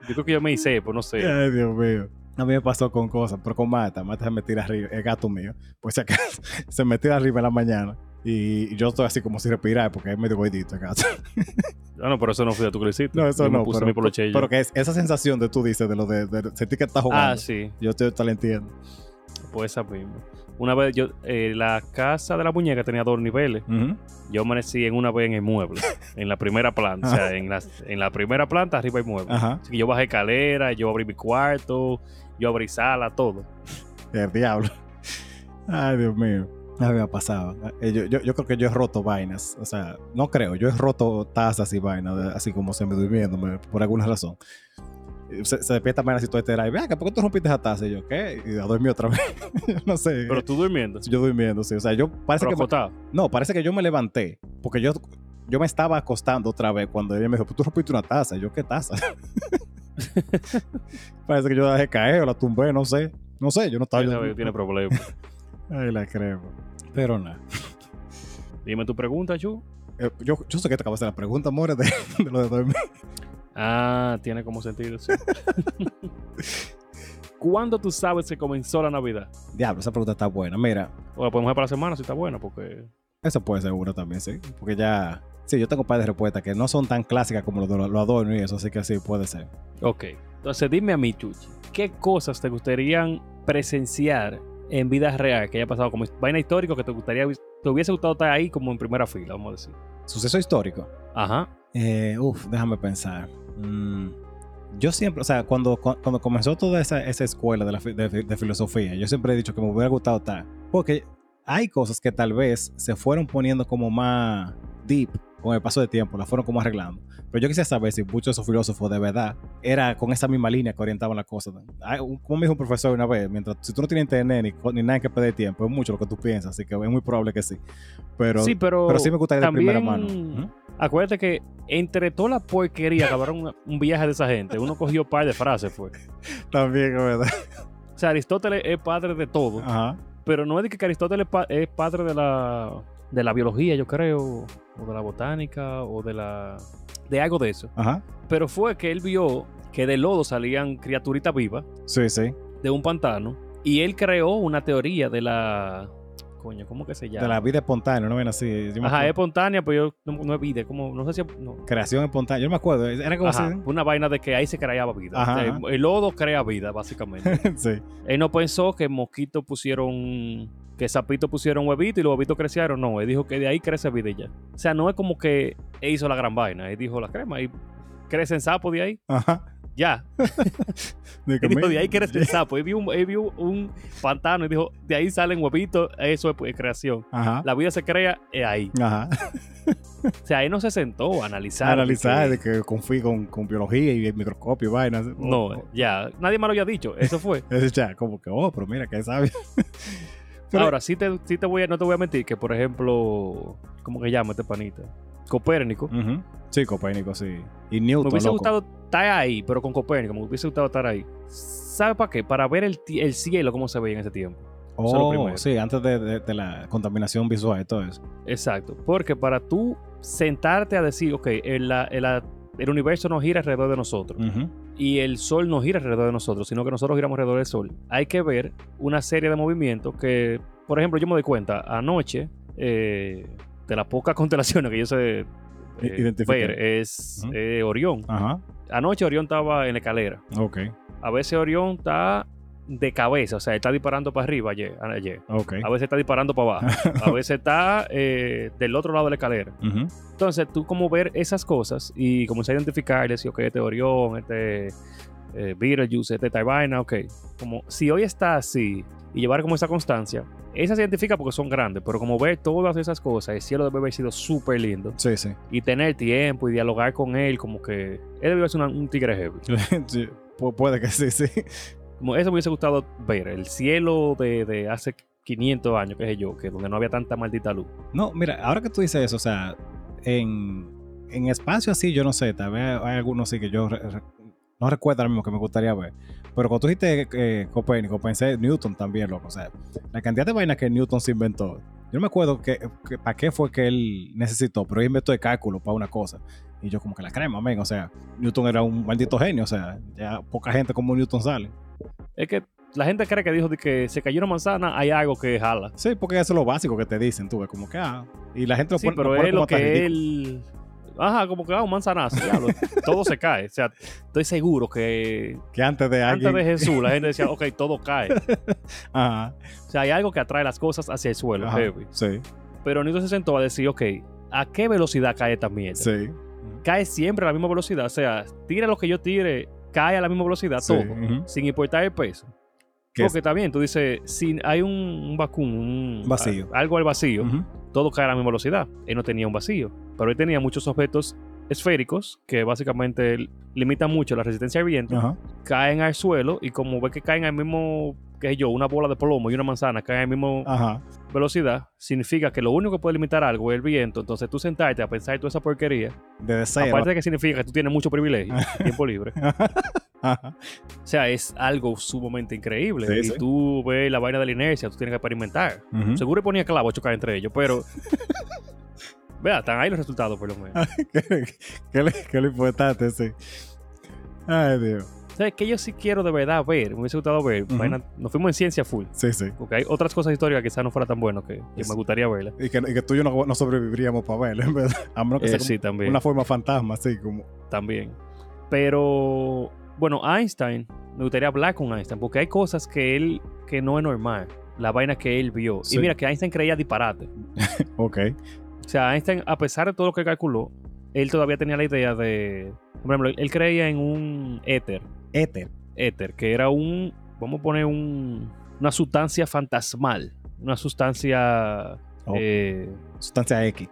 Speaker 1: Yo creo que yo me hice, pues no sé.
Speaker 2: Ay, Dios mío. A mí me pasó con cosas, pero con Mata. Mata se me tira arriba, el gato mío. Pues si acaso, se me tira arriba en la mañana. Y yo estoy así como si respirar, porque es medio gordito el gato.
Speaker 1: Ah, no, pero eso no fue tú que lo hiciste.
Speaker 2: No, eso
Speaker 1: Yo me
Speaker 2: no.
Speaker 1: puse
Speaker 2: pero,
Speaker 1: mi poloche yo.
Speaker 2: pero que es, esa sensación de tú dices, de lo de, de sentir que estás jugando.
Speaker 1: Ah, sí,
Speaker 2: Yo te, te la entiendo.
Speaker 1: pues esa misma. Una vez yo. eh, la casa de la muñeca tenía dos niveles.
Speaker 2: Ujú.
Speaker 1: Yo amanecí en una vez en el mueble, en la primera planta. O sea,
Speaker 2: Ah.
Speaker 1: en la, en la primera planta, arriba hay mueble.
Speaker 2: Ajá.
Speaker 1: Así que yo bajé escalera, yo abrí mi cuarto, yo abrí sala, todo.
Speaker 2: El diablo. Ay, Dios mío. A mí me ha pasado. Eh, Yo, yo- yo creo que yo he roto vainas. O sea, no creo. Yo he roto tazas y vainas, de- así como se me durmiéndome, por alguna razón. Eh, Se, se despierta mañana así todo este y vea, ¿por qué tú rompiste esa taza? Y yo, ¿qué? Y la dormí otra vez. Yo no sé.
Speaker 1: Pero tú durmiendo.
Speaker 2: yo durmiendo, sí. O sea, yo parece
Speaker 1: Pero
Speaker 2: que me-
Speaker 1: acostado.
Speaker 2: No, parece que yo me levanté, porque yo, yo me estaba acostando otra vez cuando ella me dijo, "Pues tú rompiste una taza. Y yo, ¿qué taza? parece que yo la dejé caer o la tumbé, no sé. No sé, yo no estaba...
Speaker 1: Esa
Speaker 2: yo-
Speaker 1: vez tiene problemas.
Speaker 2: Ay, la creo. Pero nada.
Speaker 1: Dime tu pregunta, Chu.
Speaker 2: Eh, Yo, yo sé que te acabas de hacer la pregunta, more, de, de lo de dormir.
Speaker 1: Ah, tiene como sentido, sí. ¿Cuándo tú sabes que comenzó la Navidad?
Speaker 2: Diablo, esa pregunta está buena. Mira,
Speaker 1: O la podemos hacer para la semana si está buena, porque.
Speaker 2: eso puede ser una también, sí. Porque ya... Sí, yo tengo un par de respuestas que no son tan clásicas como lo de los adornos y eso, así que sí, puede ser.
Speaker 1: Ok. Entonces, dime a mí, Chuchi, ¿qué cosas te gustarían presenciar en vida real que haya pasado como vaina histórica que te gustaría, te hubiese gustado estar ahí como en primera fila, vamos a decir?
Speaker 2: Suceso histórico.
Speaker 1: Ajá.
Speaker 2: Eh, uf, déjame pensar. Mm, yo siempre, o sea, cuando, cu- cuando comenzó toda esa, esa escuela de, la fi- de fi- de filosofía, yo siempre he dicho que me hubiera gustado estar. Porque hay cosas que tal vez se fueron poniendo como más deep con el paso del tiempo, las fueron como arreglando. Pero yo quisiera saber si muchos de esos filósofos de verdad era con esa misma línea que orientaban las cosas. Hay un- Como me dijo un profesor una vez, mientras si tú no tienes internet ni, co- ni nada que perder tiempo, es mucho lo que tú piensas, así que es muy probable que sí. Pero,
Speaker 1: sí, pero.
Speaker 2: pero sí me gustaría de primera mano.
Speaker 1: también-
Speaker 2: Ujú.
Speaker 1: Acuérdate que entre toda la porquería acabaron un viaje de esa gente. Uno cogió un par de frases, fue.
Speaker 2: También, es verdad.
Speaker 1: O sea, Aristóteles es padre de todo.
Speaker 2: Ajá.
Speaker 1: Pero no es de que Aristóteles pa- es padre de la, de la biología, yo creo, o de la botánica, o de la. de algo de eso.
Speaker 2: Ajá.
Speaker 1: Pero fue que él vio que de lodo salían criaturitas vivas
Speaker 2: Sí, sí.
Speaker 1: de un pantano y él creó una teoría de la. Coño, ¿cómo que se llama?
Speaker 2: De la vida espontánea, no ven así. Yo
Speaker 1: Ajá, es
Speaker 2: me acuerdo.
Speaker 1: espontánea, pero yo no, no es vida, como. no sé si. no.
Speaker 2: Creación espontánea. Yo no me acuerdo. Era como
Speaker 1: Ajá, una vaina de que ahí se creaba vida.
Speaker 2: Ajá,
Speaker 1: O sea,
Speaker 2: ajá.
Speaker 1: El lodo crea vida, básicamente.
Speaker 2: así. sí.
Speaker 1: él no pensó que mosquitos pusieron, que sapitos pusieron huevitos y los huevitos crecieron. No, él dijo que de ahí crece vida y ya. O sea, no es como que él hizo la gran vaina. Él dijo la crema y crecen sapos de ahí.
Speaker 2: Ajá.
Speaker 1: Ya.
Speaker 2: De que
Speaker 1: Él dijo,
Speaker 2: me-
Speaker 1: de ahí crecen sapos. Él vio, un, él vio un pantano y dijo, de ahí salen huevitos. Eso es pues, creación.
Speaker 2: Ajá.
Speaker 1: La vida se crea eh, ahí.
Speaker 2: Ajá.
Speaker 1: O sea, él no se sentó a analizar.
Speaker 2: Analizar
Speaker 1: de
Speaker 2: de
Speaker 1: que-
Speaker 2: que confío con, con biología y el microscopio y vainas. Oh,
Speaker 1: No, eh.
Speaker 2: oh.
Speaker 1: ya. Nadie más lo había dicho. Eso fue.
Speaker 2: Es ya, como que, oh, pero mira, que sabe. Pero-
Speaker 1: Ahora, sí te, sí te voy a, no te voy a mentir que, por ejemplo, ¿cómo que llama este panita? Copérnico.
Speaker 2: Ujú. Sí, Copérnico, sí. Y
Speaker 1: Me
Speaker 2: Newton.
Speaker 1: hubiese
Speaker 2: loco.
Speaker 1: gustado estar ahí, pero con Copérnico, me hubiese gustado estar ahí. ¿Sabe para qué? Para ver el, ti- el cielo como se veía en ese tiempo. es lo
Speaker 2: Oh,
Speaker 1: primero.
Speaker 2: sí, antes de, de- de la contaminación visual y todo eso.
Speaker 1: Exacto. Porque para tú sentarte a decir, ok, el, la- el la- el universo no gira alrededor de nosotros
Speaker 2: Ujú.
Speaker 1: y el sol no gira alrededor de nosotros, sino que nosotros giramos alrededor del sol. Hay que ver una serie de movimientos que, por ejemplo, yo me doy cuenta anoche eh, de las pocas constelaciones que yo sé eh,
Speaker 2: Identificar.
Speaker 1: ver es
Speaker 2: Ujú. Ah.
Speaker 1: eh, Orión.
Speaker 2: Ajá.
Speaker 1: Anoche Orión estaba en la escalera.
Speaker 2: Ok.
Speaker 1: A veces Orión está de cabeza, o sea, está disparando para arriba ayer. ayer.
Speaker 2: Ok.
Speaker 1: A veces está disparando para abajo. A veces está eh, del otro lado de la escalera.
Speaker 2: Ujú.
Speaker 1: Entonces, tú como ver esas cosas y comenzar a identificar, decir, ok, este Orión, este eh, Beetlejuice, este Taibana, ok. Como si hoy está así y llevar como esa constancia, esas se identifica porque son grandes, pero como ver todas esas cosas, el cielo debe haber sido súper lindo
Speaker 2: Sí, sí.
Speaker 1: y tener tiempo y dialogar con él, como que él debe ser una- un tigre heavy.
Speaker 2: Sí, pu- Puede que sí, sí.
Speaker 1: Como eso me hubiese gustado ver, el cielo de, de hace 500 años, qué sé yo, que donde no había tanta maldita luz.
Speaker 2: No, mira, ahora que tú dices eso, o sea, en, en espacio así, yo no sé, tal vez hay algunos sí que yo re- re- No recuerdo ahora mismo que me gustaría ver. Pero cuando tú dijiste eh, Copérnico, pensé Newton también, loco. O sea, la cantidad de vainas que Newton se inventó. Yo no me acuerdo que, que- para qué fue que él necesitó, pero él inventó el cálculo para una cosa. Y yo como que la crema, men. O sea, Newton era un maldito genio. O sea, ya poca gente como Newton sale.
Speaker 1: Es que la gente cree que dijo de que se cayó una manzana, hay algo que jala.
Speaker 2: Sí, porque eso es lo básico que te dicen, tú ves, como que, ah. Y la gente lo
Speaker 1: Sí,
Speaker 2: pone,
Speaker 1: pero
Speaker 2: lo pone
Speaker 1: es
Speaker 2: como
Speaker 1: lo
Speaker 2: tan
Speaker 1: que
Speaker 2: ridículo.
Speaker 1: él. Ajá, como que ah, un manzanazo, diablo. todo se cae. O sea, estoy seguro que
Speaker 2: Que antes de
Speaker 1: antes
Speaker 2: alguien...
Speaker 1: de Jesús la gente decía, ok, todo cae.
Speaker 2: Ajá,
Speaker 1: O sea, hay algo que atrae las cosas hacia el suelo,
Speaker 2: ajá,
Speaker 1: heavy.
Speaker 2: sí,
Speaker 1: Pero Newton se sentó a decir, ok, ¿a qué velocidad cae esta mierda?
Speaker 2: sí.
Speaker 1: Cae siempre a la misma velocidad. O sea, tire lo que yo tire, cae a la misma velocidad,
Speaker 2: sí,
Speaker 1: todo.
Speaker 2: ujú.
Speaker 1: Sin importar el peso.
Speaker 2: Que
Speaker 1: Porque está bien, tú dices, si hay un, un vacuum, un
Speaker 2: Vacío.
Speaker 1: a- algo al vacío,
Speaker 2: Ujú.
Speaker 1: todo cae a la misma velocidad. Él no tenía un vacío, pero él tenía muchos objetos esféricos que básicamente limitan mucho la resistencia al viento,
Speaker 2: Ajá.
Speaker 1: caen al suelo y como ve que caen al mismo, qué sé yo, una bola de plomo y una manzana caen al mismo
Speaker 2: Ajá.
Speaker 1: velocidad, significa que lo único que puede limitar algo es el viento. Entonces tú sentarte a pensar toda esa porquería,
Speaker 2: Desde cero.
Speaker 1: aparte de que significa que tú tienes mucho privilegio, tiempo libre,
Speaker 2: Ajá.
Speaker 1: o sea, es algo sumamente increíble.
Speaker 2: Sí,
Speaker 1: y
Speaker 2: sí.
Speaker 1: tú ves la vaina de la inercia, tú tienes que experimentar.
Speaker 2: Ujú.
Speaker 1: Seguro ponía clavo a chocar entre ellos, pero. Vea, están ahí los resultados, por lo
Speaker 2: Ah.
Speaker 1: menos.
Speaker 2: qué, qué le- qué le importante, sí. Ay, Dios.
Speaker 1: ¿Sabes qué? Yo sí quiero de verdad ver, me hubiese gustado ver.
Speaker 2: Ujú.
Speaker 1: vaina- nos fuimos en ciencia full,
Speaker 2: Sí, sí.
Speaker 1: porque hay otras cosas históricas que quizás no fuera tan bueno que, que
Speaker 2: Sí.
Speaker 1: me gustaría verla.
Speaker 2: Y que, y que tú y yo no, no sobreviviríamos para verlo, en verdad. A menos que
Speaker 1: Eh,
Speaker 2: sea como
Speaker 1: sí, también.
Speaker 2: una forma fantasma, así como.
Speaker 1: También. Pero, bueno, Einstein, me gustaría hablar con Einstein, porque hay cosas que él, que no es normal. La vaina que él vio.
Speaker 2: Sí.
Speaker 1: Y mira que Einstein creía disparate.
Speaker 2: Ok.
Speaker 1: O sea, Einstein, a pesar de todo lo que calculó, él todavía tenía la idea de. Por ejemplo, él creía en un éter.
Speaker 2: Éter.
Speaker 1: éter, que era un, vamos a poner un, una sustancia fantasmal, una sustancia,
Speaker 2: Oh.
Speaker 1: eh,
Speaker 2: Sustancia X.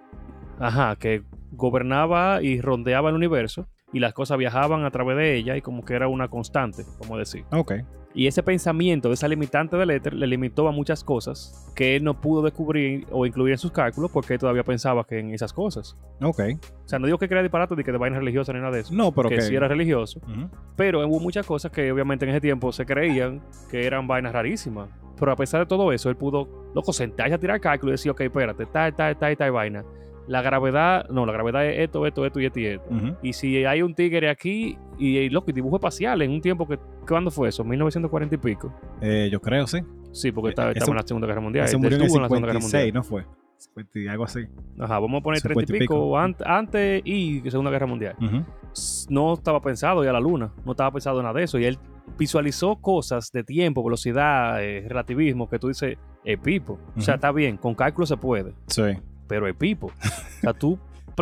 Speaker 1: ajá, que gobernaba y rondeaba el universo y las cosas viajaban a través de ella y como que era una constante, como decir.
Speaker 2: Ok.
Speaker 1: Y ese pensamiento, esa limitante del éter, le limitó a muchas cosas que él no pudo descubrir o incluir en sus cálculos porque él todavía pensaba que en esas cosas.
Speaker 2: Ok.
Speaker 1: O sea, no digo que crea disparates de que de vainas religiosas ni nada de eso.
Speaker 2: No, pero
Speaker 1: Porque
Speaker 2: que.
Speaker 1: sí era religioso,
Speaker 2: Ujú.
Speaker 1: pero hubo muchas cosas que obviamente en ese tiempo se creían que eran vainas rarísimas. Pero a pesar de todo eso, él pudo, loco, sentarse a tirar cálculo y decir, ok, espérate, tal, tal, tal, tal vaina. La gravedad, no, la gravedad es esto, esto, esto y esto y esto.
Speaker 2: Ujú.
Speaker 1: Y si hay un tigre aquí, y, y, loco, y dibujo espacial en un tiempo que, ¿cuándo fue eso? 1940 y pico.
Speaker 2: Eh, yo creo, sí.
Speaker 1: Sí, porque
Speaker 2: Eh,
Speaker 1: estaba,
Speaker 2: ese-
Speaker 1: estaba en la Segunda Guerra Mundial.
Speaker 2: Ese
Speaker 1: él
Speaker 2: murió en el
Speaker 1: estuvo en la Segunda Guerra Mundial.
Speaker 2: 56, ¿no fue? 50 y algo así.
Speaker 1: Ajá, vamos a poner 30
Speaker 2: 50
Speaker 1: y
Speaker 2: y pico.
Speaker 1: pico an- antes y Segunda Guerra Mundial.
Speaker 2: Ujú.
Speaker 1: no estaba pensado ya la luna, no estaba pensado en nada de eso. Y él visualizó cosas de tiempo, velocidad, eh, relativismo, que tú dices, el pipo. O sea,
Speaker 2: Ujú.
Speaker 1: está bien, con cálculo se puede,
Speaker 2: Sí.
Speaker 1: pero el pipo. O sea, tú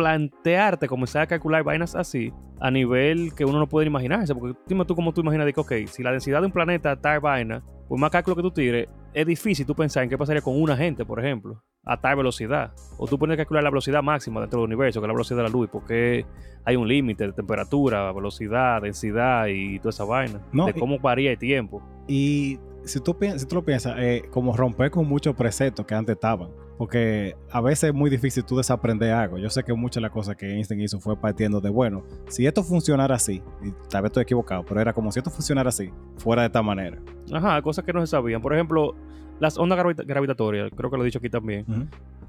Speaker 1: plantearte, comenzar a calcular vainas así, a nivel que uno no puede ni imaginarse. Porque dime tú cómo tú imaginas, de que, ok, si la densidad de un planeta tal vaina, por más cálculo que tú tires, es difícil tú pensar en qué pasaría con una gente, por ejemplo, a tal velocidad. O tú pones a calcular la velocidad máxima dentro del universo, que es la velocidad de la luz, porque hay un límite de temperatura, velocidad, densidad y toda esa vaina.
Speaker 2: No,
Speaker 1: de
Speaker 2: y-
Speaker 1: cómo varía el tiempo.
Speaker 2: Y si tú, piensas, si tú lo piensas, eh, como romper con muchos preceptos que antes estaban. Porque a veces es muy difícil tú desaprender algo. Yo sé que muchas de las cosas que Einstein hizo fue partiendo de, bueno, si esto funcionara así, y tal vez estoy equivocado, pero era como si esto funcionara así, fuera de esta manera.
Speaker 1: Ajá, cosas que no se sabían. Por ejemplo, las ondas gravita- gravitatorias, creo que lo he dicho aquí también.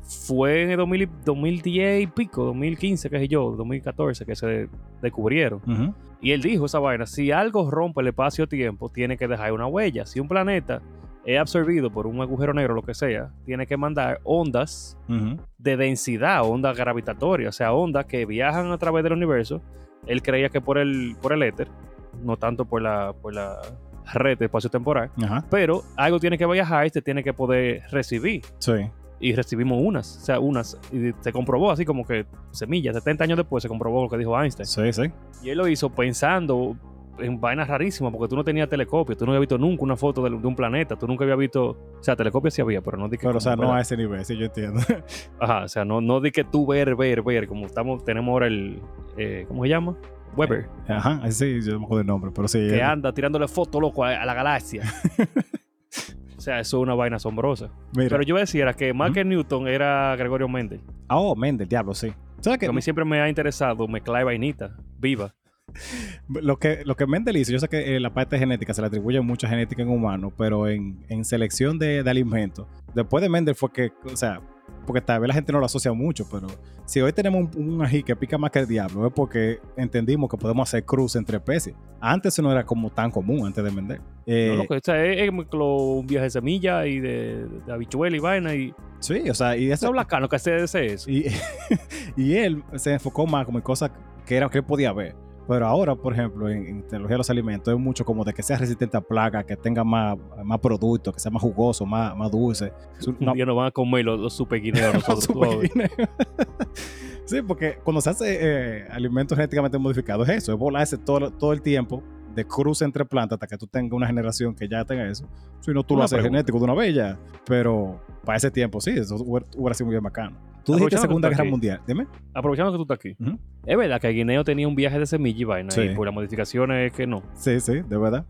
Speaker 1: fue en el 2000 y- 2010 y pico, 2015, qué sé yo, 2014, que se descubrieron.
Speaker 2: Ujú.
Speaker 1: Y él dijo esa vaina, si algo rompe el espacio-tiempo, tiene que dejar una huella. Si un planeta es absorbido por un agujero negro, lo que sea, tiene que mandar ondas
Speaker 2: Ujú.
Speaker 1: de densidad, ondas gravitatorias, o sea, ondas que viajan a través del universo. Él creía que por el, por el éter, no tanto por la, por la red espacio-temporal,
Speaker 2: Ajá.
Speaker 1: pero algo tiene que viajar y se tiene que poder recibir
Speaker 2: Sí.
Speaker 1: y recibimos unas, o sea, unas, y se comprobó así como que semillas, 70 años después se comprobó lo que dijo Einstein.
Speaker 2: Sí, sí.
Speaker 1: Y él lo hizo pensando en vainas rarísimas, porque tú no tenías telescopio, tú no habías visto nunca una foto del- de, un planeta, tú nunca habías visto, o sea, telescopio sí había, pero no di que...
Speaker 2: Pero, o
Speaker 1: como
Speaker 2: sea,
Speaker 1: ver-
Speaker 2: no a ese nivel, sí, yo entiendo.
Speaker 1: Ajá, o sea, no, no di que tú ver, ver, ver, como estamos, tenemos ahora el, eh, ¿cómo se llama? Weber,
Speaker 2: Ajá, así sí, yo no me acuerdo el nombre, pero sí.
Speaker 1: que
Speaker 2: eh,
Speaker 1: anda tirándole fotos, loco, a, a la galaxia. o sea, eso es una vaina asombrosa.
Speaker 2: Mira.
Speaker 1: Pero yo decía era que más
Speaker 2: Ujú.
Speaker 1: que Newton era Gregorio Mendel.
Speaker 2: Ah, Oh, Mendel, diablo, sí. ¿Sabes qué?
Speaker 1: Que a mí siempre me ha interesado mezclar vainita viva.
Speaker 2: Lo que, lo que Mendel hizo, yo sé que eh, la parte genética se le atribuye mucha genética en humanos, pero en, en selección de, de alimentos. Después de Mendel fue que, o sea, porque tal vez la gente no lo asocia mucho, pero si hoy tenemos un, un ají que pica más que el diablo, es porque entendimos que podemos hacer cruce entre especies. Antes eso no era como tan común, antes de Mendel. Eh,
Speaker 1: No, loco, o sea, es, es mezcló un viaje de semilla y de, de habichuela y vaina. Y
Speaker 2: sí, o sea, y eso,
Speaker 1: eso Blacano que hace ese eso.
Speaker 2: Y, y él se enfocó más como en cosas que era que él podía ver. Pero ahora, por ejemplo, en, en tecnología de los alimentos es mucho como de que sea resistente a plagas, que tenga más, más producto, que sea más jugoso, más, más dulce. Es un-
Speaker 1: Un día nos van a comer los, los super guineos nosotros. tú vas a ver.
Speaker 2: sí, porque cuando se hace eh, alimentos genéticamente modificados es eso, es volarse todo, todo el tiempo de cruce entre plantas hasta que tú tengas una generación que ya tenga eso. Si no, tú lo
Speaker 1: Una
Speaker 2: haces
Speaker 1: pregunta.
Speaker 2: genético de una bella. Pero para ese tiempo, sí, eso hubiera hubiera sido muy bacano. Tú dijiste
Speaker 1: Aprovechando que
Speaker 2: Segunda
Speaker 1: está
Speaker 2: Guerra
Speaker 1: aquí.
Speaker 2: Mundial. Dime.
Speaker 1: Aprovechando que tú estás aquí.
Speaker 2: Ujú.
Speaker 1: Es verdad que el guineo tenía un viaje de semilla y vaina.
Speaker 2: Sí.
Speaker 1: Y por las modificaciones es que no.
Speaker 2: Sí, sí, de verdad.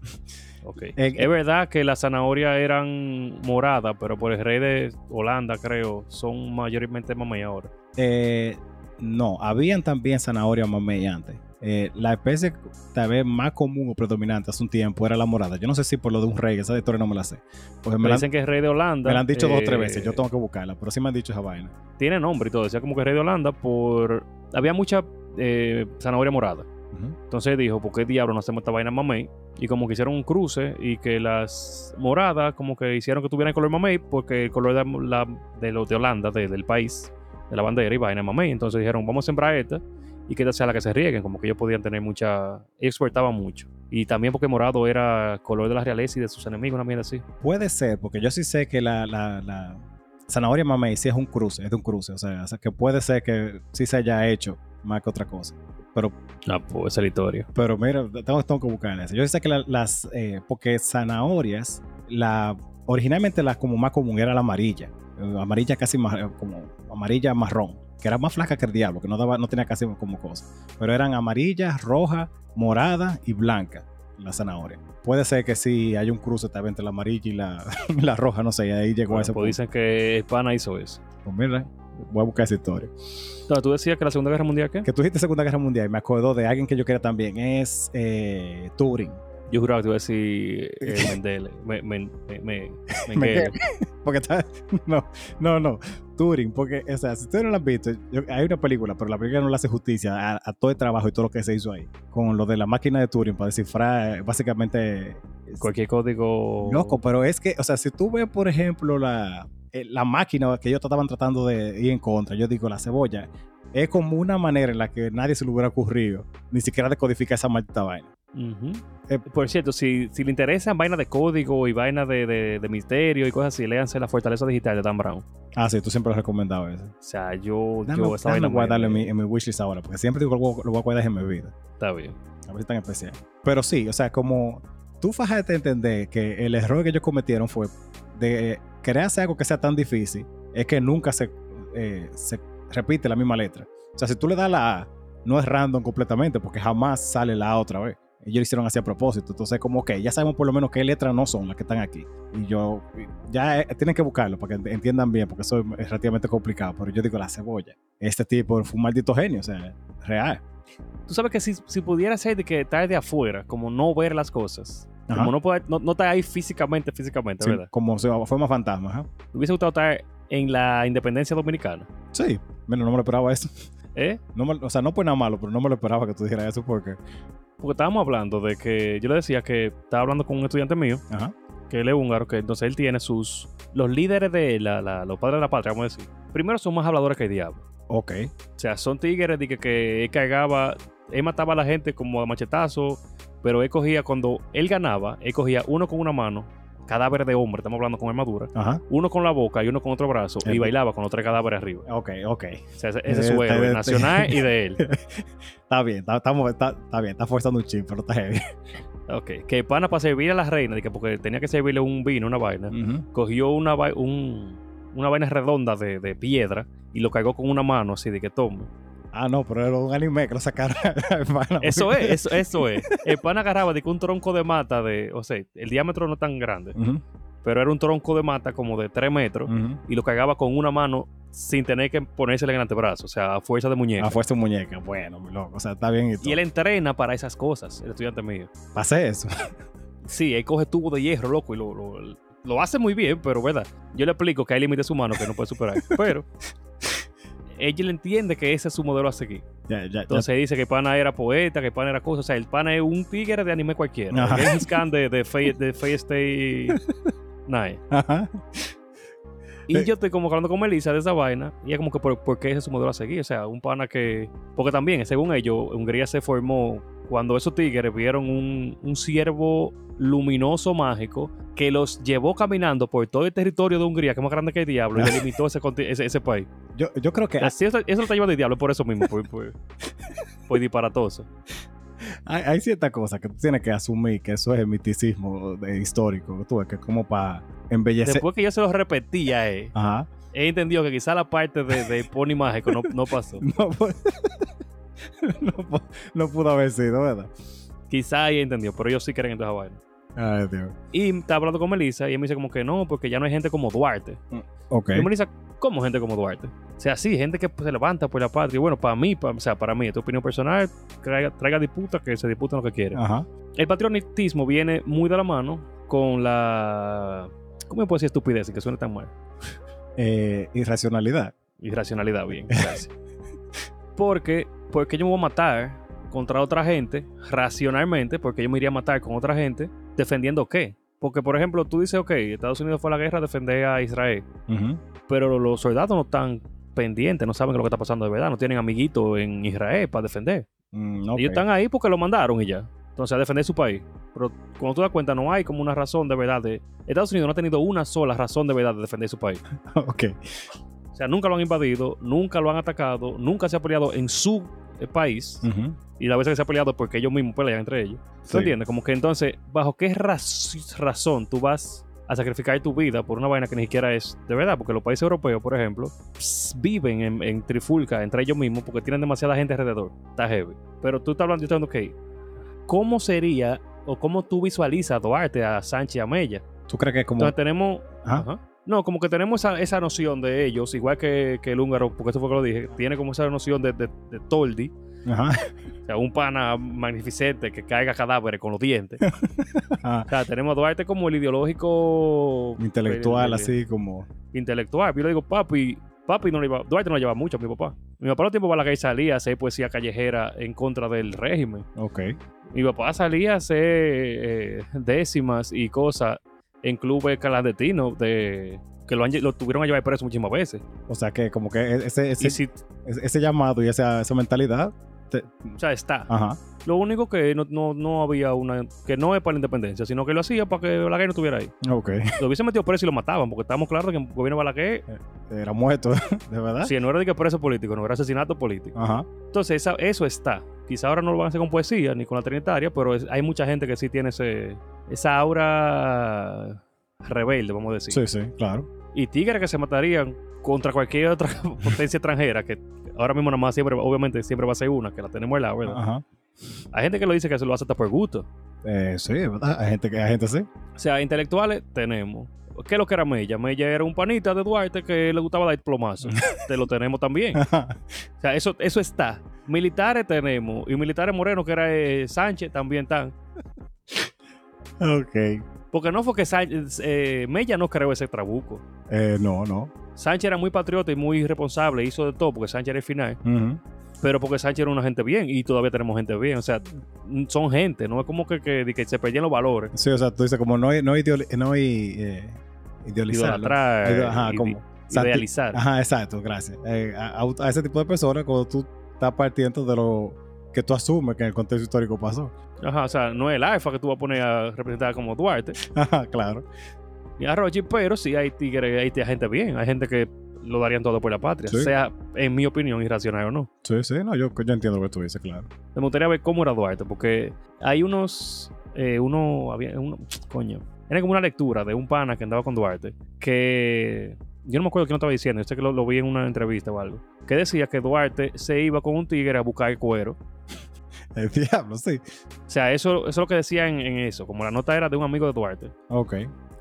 Speaker 1: Ok.
Speaker 2: Eh,
Speaker 1: es verdad que las zanahorias eran moradas, pero por el rey de Holanda, creo, son mayormente mamey ahora.
Speaker 2: Eh, no, habían también zanahorias mamey antes. Eh, la especie tal vez más común o predominante hace un tiempo era la morada. Yo no sé si por lo de un rey, esa historia no me la sé. Pues me,
Speaker 1: Me
Speaker 2: la,
Speaker 1: dicen que el rey de Holanda.
Speaker 2: me la han dicho dos o tres
Speaker 1: eh,
Speaker 2: veces, yo tengo que buscarla, pero sí me han dicho esa vaina.
Speaker 1: Tiene nombre y todo. Decía como que el rey de Holanda por. Había mucha eh, zanahoria morada.
Speaker 2: Ujú.
Speaker 1: Entonces dijo, ¿por qué diablo no hacemos esta vaina mamey? Y como que hicieron un cruce y que las moradas como que hicieron que tuvieran el color mamey porque el color de, la- de los de Holanda, de- del país, de la bandera y vaina mamey. Entonces dijeron, vamos a sembrar esta y que esta sea la que se rieguen. Como que ellos podían tener mucha... Ellos exportaban mucho. Y también porque morado era color de la realeza y de sus enemigos, una mierda así.
Speaker 2: Puede ser, porque yo sí sé que la, la- la zanahoria mamey sí es un cruce, es de un cruce. O sea, o sea, que puede ser que sí se haya hecho más que otra cosa. Pero
Speaker 1: Ah, pues esa es la historia.
Speaker 2: Pero mira, tengo, tengo que buscar esa. Yo sé que la- las, eh, porque zanahorias, la, originalmente la como más común era la amarilla. eh, amarilla casi mar- eh, como amarilla marrón, que era más flaca que el diablo, que no, daba, no tenía casi como cosa. Pero eran amarillas, roja, morada y blanca las zanahorias. Puede ser que sí hay un cruce tal vez entre la amarilla y la, la roja, no sé, y ahí llegó a
Speaker 1: Bueno,
Speaker 2: ese
Speaker 1: pues
Speaker 2: punto.
Speaker 1: dicen que el pana hizo eso.
Speaker 2: Pues mira, voy a buscar esa historia.
Speaker 1: Entonces tú decías que la Segunda Guerra Mundial, ¿qué?
Speaker 2: Que tú dijiste Segunda Guerra Mundial y me acuerdo de alguien que yo quería también, es eh, Turing.
Speaker 1: Yo juraba que te iba a decir eh, Mendele. Me, men- me- me-
Speaker 2: Mengele.
Speaker 1: Mengele.
Speaker 2: Porque está. No, no, no. Turing, porque, o sea, si ustedes no la han visto, yo- hay una película, pero la película no le hace justicia a, a todo el trabajo y todo lo que se hizo ahí. Con lo de la máquina de Turing para descifrar, eh, básicamente. es-
Speaker 1: Cualquier código.
Speaker 2: Loco, pero es que, o sea, si tú ves, por ejemplo, la, eh, la máquina que ellos estaban tratando de ir en contra, yo digo la cebolla, es como una manera en la que nadie se le hubiera ocurrido ni siquiera decodificar esa maldita vaina.
Speaker 1: Ujú.
Speaker 2: Eh,
Speaker 1: Por cierto, si, si le interesan vainas de código y vainas de, de- de misterio y cosas así, léanse La Fortaleza Digital de Dan Brown.
Speaker 2: Ah, sí, tú siempre lo has recomendado eso.
Speaker 1: O sea, yo,
Speaker 2: Dame,
Speaker 1: yo esa
Speaker 2: dame
Speaker 1: vaina me-
Speaker 2: guardarlo en mi, en mi wishlist ahora, porque siempre digo que lo, voy- lo voy a guardar en mi vida.
Speaker 1: Está bien.
Speaker 2: A ver si tan especial. Pero sí, o sea, como tú fajaste de entender que el error que ellos cometieron fue de crearse algo que sea tan difícil, es que nunca se, eh, se repite la misma letra. O sea, si tú le das la A, no es random completamente, porque jamás sale la A otra vez. Ellos lo hicieron así a propósito. Entonces, como, ok, ya sabemos por lo menos qué letras no son las que están aquí. Y yo, ya eh, tienen que buscarlo para que ent- entiendan bien, porque eso es relativamente complicado. Pero yo digo, la cebolla. Este tipo fue un maldito genio, o sea, real.
Speaker 1: Tú sabes que si, si pudiera ser de que estar de afuera, como no ver las cosas,
Speaker 2: Ajá.
Speaker 1: como no, poder, no, no estar ahí físicamente, físicamente,
Speaker 2: Sí,
Speaker 1: ¿verdad?
Speaker 2: como se- forma fantasma, ajá.
Speaker 1: Me hubiese gustado estar en la independencia dominicana.
Speaker 2: Sí, menos no me lo esperaba eso.
Speaker 1: ¿Eh?
Speaker 2: No me- o sea, no fue nada malo, pero no me lo esperaba que tú dijeras eso porque.
Speaker 1: Porque estábamos hablando de que yo le decía que estaba hablando con un estudiante mío
Speaker 2: Ajá.
Speaker 1: que él es húngaro, que entonces él tiene sus. Los líderes de la, la- los padres de la patria, vamos a decir. Primero son más habladores que el diablo.
Speaker 2: Ok.
Speaker 1: O sea, son tigres de que, que él cagaba, él mataba a la gente como a machetazo, pero él cogía, cuando él ganaba, él cogía uno con una mano, cadáver de hombre, estamos hablando con armadura,
Speaker 2: Ajá.
Speaker 1: uno con la boca y uno con otro brazo, y
Speaker 2: Eh,
Speaker 1: bailaba con los tres cadáveres arriba.
Speaker 2: Ok, ok.
Speaker 1: O sea, ese, ese es su
Speaker 2: Eh,
Speaker 1: héroe,
Speaker 2: eh,
Speaker 1: nacional y de él.
Speaker 2: Está bien, está, estamos- está- está bien, está forzando un chip, pero está heavy.
Speaker 1: Ok, que el pana para servir a la reina, de que porque tenía que servirle un vino, una vaina. cogió una, vai- un- una vaina redonda de, de piedra y lo cargó con una mano así de que toma.
Speaker 2: Ah, no, pero era un anime que lo sacaron. Bueno,
Speaker 1: Eso es, eso, eso es. El pan agarraba de que un tronco de mata de, o sea, el diámetro no tan grande.
Speaker 2: Ujú.
Speaker 1: pero era un tronco de mata como de 3 metros
Speaker 2: Ujú.
Speaker 1: y lo cargaba con una mano sin tener que ponérsela en el antebrazo, o sea, a fuerza de muñeca.
Speaker 2: Ah, fue su muñeca. Bueno, mi loco. O sea, está bien y todo.
Speaker 1: y él entrena para esas cosas, el estudiante mío.
Speaker 2: Pasé eso.
Speaker 1: Sí, él coge tubo de hierro, loco, y lo, lo- lo hace muy bien, pero verdad. Yo le explico que hay límites humanos que no puede superar, pero ella le entiende que ese es su modelo a seguir.
Speaker 2: Ya, ya, ya.
Speaker 1: Entonces dice que el pana era poeta, que el pana era cosa. O sea, el pana es un tigre de anime cualquiera.
Speaker 2: Ajá.
Speaker 1: El Genghis Khan de, de, Fate- de Fate Stay Night.
Speaker 2: Ajá.
Speaker 1: Y
Speaker 2: Eh.
Speaker 1: yo estoy como hablando con Melissa de esa vaina. Y es como que, ¿por, por qué ese es su modelo a seguir? O sea, un pana que. Porque también, según ellos, Hungría se formó cuando esos tigres vieron un, un ciervo luminoso mágico que los llevó caminando por todo el territorio de Hungría, que es más grande que el diablo, y delimitó ese, conti- ese, ese país.
Speaker 2: Yo, yo creo que
Speaker 1: Así eso, eso lo está llevando el diablo, por eso mismo, por, por, por disparatoso.
Speaker 2: hay, hay ciertas cosas que tú tienes que asumir que eso es miticismo de- histórico. Tú ves que como para embellecer.
Speaker 1: Después que yo se lo repetía, eh,
Speaker 2: Ajá.
Speaker 1: he entendido que quizá la parte de, de Pony Mágico no, no pasó.
Speaker 2: No, pu- no pu- no pudo haber sido, ¿verdad?
Speaker 1: Quizá ahí entendió, pero ellos sí creen en toda esa vaina.
Speaker 2: Ay, Dios.
Speaker 1: Y estaba hablando con Melissa y ella me dice como que no, porque ya no hay gente como Duarte.
Speaker 2: Ok.
Speaker 1: Y Melissa, ¿cómo gente como Duarte? O sea, sí, gente que pues, se levanta por la patria. Y Bueno, para mí, pa- o sea, para mí, esta opinión personal, traiga, traiga disputa, que se disputan lo que quieran.
Speaker 2: Ajá.
Speaker 1: El patriotismo viene muy de la mano con la... ¿Cómo me puedo decir estupidez? Que suena tan mal.
Speaker 2: Eh, irracionalidad.
Speaker 1: Irracionalidad, bien, gracias. porque, porque yo me voy a matar contra otra gente, racionalmente, porque yo me iría a matar con otra gente, defendiendo qué. Porque, por ejemplo, tú dices, ok, Estados Unidos fue a la guerra a defender a Israel,
Speaker 2: Ujú.
Speaker 1: pero los soldados no están pendientes, no saben lo que está pasando de verdad, no tienen amiguitos en Israel para defender.
Speaker 2: Mm, ok.
Speaker 1: Ellos están ahí porque lo mandaron y ya. Entonces, a defender su país. Pero cuando tú das cuenta, no hay como una razón de verdad de... Estados Unidos no ha tenido una sola razón de verdad de defender su país.
Speaker 2: Ok.
Speaker 1: O sea, nunca lo han invadido, nunca lo han atacado, nunca se ha peleado en su eh, país.
Speaker 2: Ujú.
Speaker 1: Y la vez que se ha peleado es porque ellos mismos pelean entre ellos. ¿Tú
Speaker 2: Mm. Sí.
Speaker 1: entiendes? Como que entonces, ¿bajo qué raz- razón tú vas a sacrificar tu vida por una vaina que ni siquiera es de verdad? Porque los países europeos, por ejemplo, ps, viven en, en trifulca entre ellos mismos porque tienen demasiada gente alrededor. Está heavy. Pero tú estás hablando, yo estoy hablando, ok, ¿cómo sería o cómo tú visualizas a Duarte, a Sánchez, a Mella?
Speaker 2: ¿Tú crees que es como.?
Speaker 1: Entonces tenemos.
Speaker 2: Ajá.
Speaker 1: ajá. No, como que tenemos esa, esa noción de ellos, igual que, que el húngaro, porque eso fue que lo dije, tiene como esa noción de, de, de Toldi,
Speaker 2: Ajá.
Speaker 1: o sea, un pana magnificente que caiga cadáveres con los dientes.
Speaker 2: Ajá.
Speaker 1: O sea, tenemos a Duarte como el ideológico.
Speaker 2: Intelectual,
Speaker 1: eh,
Speaker 2: así como.
Speaker 1: Intelectual. Yo le digo, papi, papi no le iba, Duarte no le lleva mucho a mi papá. Mi papá no tiempo para la que salía a hacer poesía callejera en contra del régimen.
Speaker 2: Ok.
Speaker 1: Mi papá salía a hacer eh, décimas y cosas en clubes clandestinos de que lo, han lle- lo tuvieron a llevar preso muchísimas veces.
Speaker 2: O sea que, como que ese, ese,
Speaker 1: Y si,
Speaker 2: ese- ese llamado y esa, esa mentalidad. te-
Speaker 1: o sea, está.
Speaker 2: Ajá.
Speaker 1: Lo único que no, no, no había una, que no es para la independencia, sino que lo hacía para que Balaguer no estuviera ahí.
Speaker 2: Ok.
Speaker 1: Lo hubiesen metido preso y lo mataban, porque estábamos claros que el gobierno de Balaguer,
Speaker 2: Era muerto, ¿de verdad?
Speaker 1: si no era de que preso político, no era asesinato político.
Speaker 2: Ajá.
Speaker 1: Entonces, esa- eso está. Quizá ahora no lo van a hacer con poesía ni con la Trinitaria, pero es- hay mucha gente que sí tiene ese, esa aura rebelde, vamos a decir.
Speaker 2: Sí, sí, claro.
Speaker 1: y tigres que se matarían contra cualquier otra potencia extranjera, que ahora mismo nada más siempre, obviamente siempre va a ser una, que la tenemos al lado, ¿verdad?
Speaker 2: Ajá.
Speaker 1: Hay gente que lo dice que se lo hace hasta por gusto.
Speaker 2: Eh, sí, es ¿verdad? Hay gente que hay gente así.
Speaker 1: O sea, intelectuales tenemos. ¿Qué es lo que era Mella? Mella era un panita de Duarte que le gustaba dar plomazo. Te lo tenemos también.
Speaker 2: Ajá.
Speaker 1: O sea, eso, eso está. Militares tenemos. Y militares morenos, que era eh, Sánchez, también están.
Speaker 2: ok.
Speaker 1: Porque no fue que Sánchez, eh, Mella no creó ese trabuco.
Speaker 2: Eh, no, no.
Speaker 1: Sánchez era muy patriota y muy responsable. Hizo de todo porque Sánchez era el final.
Speaker 2: Ujú.
Speaker 1: pero porque Sánchez era una gente bien y todavía tenemos gente bien. O sea, n- son gente, no es como que, que, de que se perdían los valores.
Speaker 2: Sí, o sea, tú dices como no, no, ideol, no i- eh, idealizarlo.
Speaker 1: Idolatrar, eh,
Speaker 2: Idol- Ajá,
Speaker 1: ide-
Speaker 2: como. Santi-
Speaker 1: Idealizar.
Speaker 2: Ajá, exacto, gracias. Eh, a, a- a ese tipo de personas, cuando tú estás partiendo de lo que tú asumes que en el contexto histórico pasó.
Speaker 1: Ajá, o sea, no es el alfa que tú vas a poner a representar como Duarte
Speaker 2: Ajá, claro.
Speaker 1: ni a Rochi, pero sí hay tigres, hay, hay gente bien, hay gente que lo darían todo por la patria,
Speaker 2: Sí.
Speaker 1: sea, en mi opinión, irracional o no.
Speaker 2: Sí, sí, no, yo, yo entiendo lo que tú dices, claro.
Speaker 1: Me gustaría ver cómo era Duarte, porque hay unos. eh, uno había. Uno, coño. Era como una lectura de un pana que andaba con Duarte. Que. Yo no me acuerdo quién lo estaba diciendo. Yo sé que lo, lo vi en una entrevista o algo. Que decía que Duarte se iba con un tigre a buscar el cuero.
Speaker 2: El diablo, sí.
Speaker 1: O sea, eso, eso es lo que decía en, en eso. Como la nota era de un amigo de Duarte.
Speaker 2: Ok.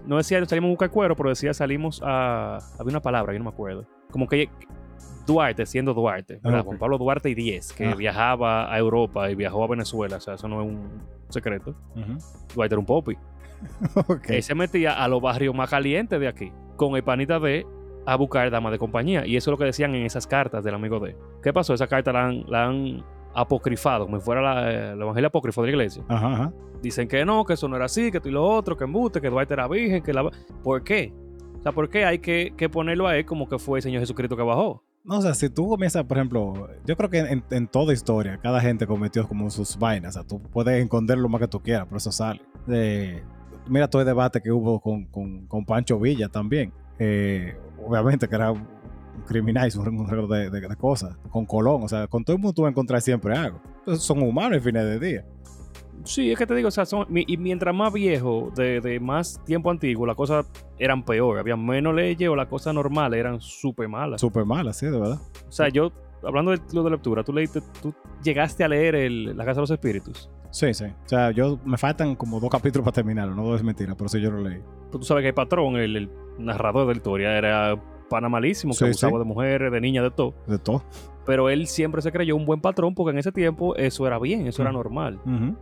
Speaker 1: No decía salimos a buscar cuero, pero decía salimos a. Había una palabra, yo no me acuerdo. Como que Duarte, siendo Duarte, ¿verdad?
Speaker 2: Ah, ok.
Speaker 1: Juan Pablo Duarte y 10, que
Speaker 2: Ah.
Speaker 1: viajaba a Europa y viajó a Venezuela. O sea, eso no es un secreto.
Speaker 2: Ujú.
Speaker 1: Duarte era un popi.
Speaker 2: Ok.
Speaker 1: Él se metía a los barrios más calientes de aquí, con el panita de a buscar dama de compañía. Y eso es lo que decían en esas cartas del amigo de. ¿Qué pasó? Esa carta la han, la han apocrifado, como si fuera la, el evangelio apócrifo de la iglesia.
Speaker 2: Ajá, ajá.
Speaker 1: Dicen que no, que eso no era así, que tú y lo otro, que embuste, que Duarte era virgen, que la... ¿Por qué? O sea, ¿por qué hay que, que ponerlo a él como que fue el Señor Jesucristo que bajó?
Speaker 2: No, o sea, si tú comienzas, por ejemplo, yo creo que en, en toda historia, cada gente cometió como sus vainas. O sea, tú puedes esconder lo más que tú quieras, pero eso sale. Eh, mira todo el debate que hubo con, con- con Pancho Villa también. Eh, obviamente que era un criminal, hizo un regalo de, de- de cosas. Con Colón, o sea, con todo el mundo tú vas a encontrar siempre algo. Entonces, son humanos al final del día.
Speaker 1: Sí, es que te digo, o sea, son- mi- y mientras más viejo, de, de más tiempo antiguo, las cosas eran peor, había menos leyes o las cosas normales eran súper malas.
Speaker 2: Súper mal, así, de verdad.
Speaker 1: O sea, yo, hablando del club de lectura, tú leíste, tú llegaste a leer el- La Casa de los Espíritus.
Speaker 2: Sí, sí. O sea, yo me faltan como dos capítulos para terminarlo, no es mentira, pero sí yo lo leí.
Speaker 1: Pues tú sabes que el patrón, el, el narrador de la historia, era pana malísimo, que
Speaker 2: Sí,
Speaker 1: abusaba
Speaker 2: sí.
Speaker 1: de mujeres, de niñas, de todo.
Speaker 2: De todo.
Speaker 1: Pero él siempre se creyó un buen patrón porque en ese tiempo eso era bien, eso era
Speaker 2: Mm.
Speaker 1: normal.
Speaker 2: Ujú.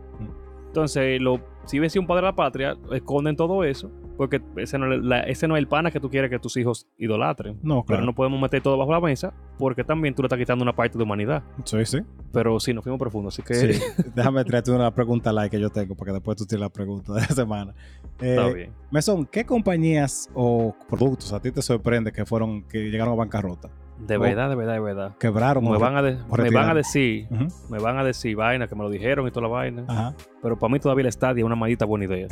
Speaker 1: Entonces, lo, si ves un padre de la patria, esconden todo eso porque ese no, es la- ese no es el pana que tú quieres que tus hijos idolatren.
Speaker 2: No,
Speaker 1: Pero
Speaker 2: claro.
Speaker 1: no podemos meter todo bajo la mesa porque también tú le estás quitando una parte de humanidad.
Speaker 2: Sí, sí.
Speaker 1: Pero sí, nos fuimos profundo, así que
Speaker 2: Sí, déjame traerte una pregunta like que yo tengo para que después tú tienes la pregunta de la semana. Eh,
Speaker 1: está bien.
Speaker 2: Mesón, ¿qué compañías o productos a ti te sorprende que fueron que llegaron a bancarrota?
Speaker 1: De
Speaker 2: oh.
Speaker 1: verdad, de verdad, de verdad.
Speaker 2: Quebraron.
Speaker 1: Me
Speaker 2: o-
Speaker 1: van, a de- me
Speaker 2: retirar.
Speaker 1: van a decir,
Speaker 2: Ujú,
Speaker 1: me van a decir vaina, que me lo dijeron y toda la vaina.
Speaker 2: Ajá.
Speaker 1: Pero para mí todavía el estadio es una maldita buena idea.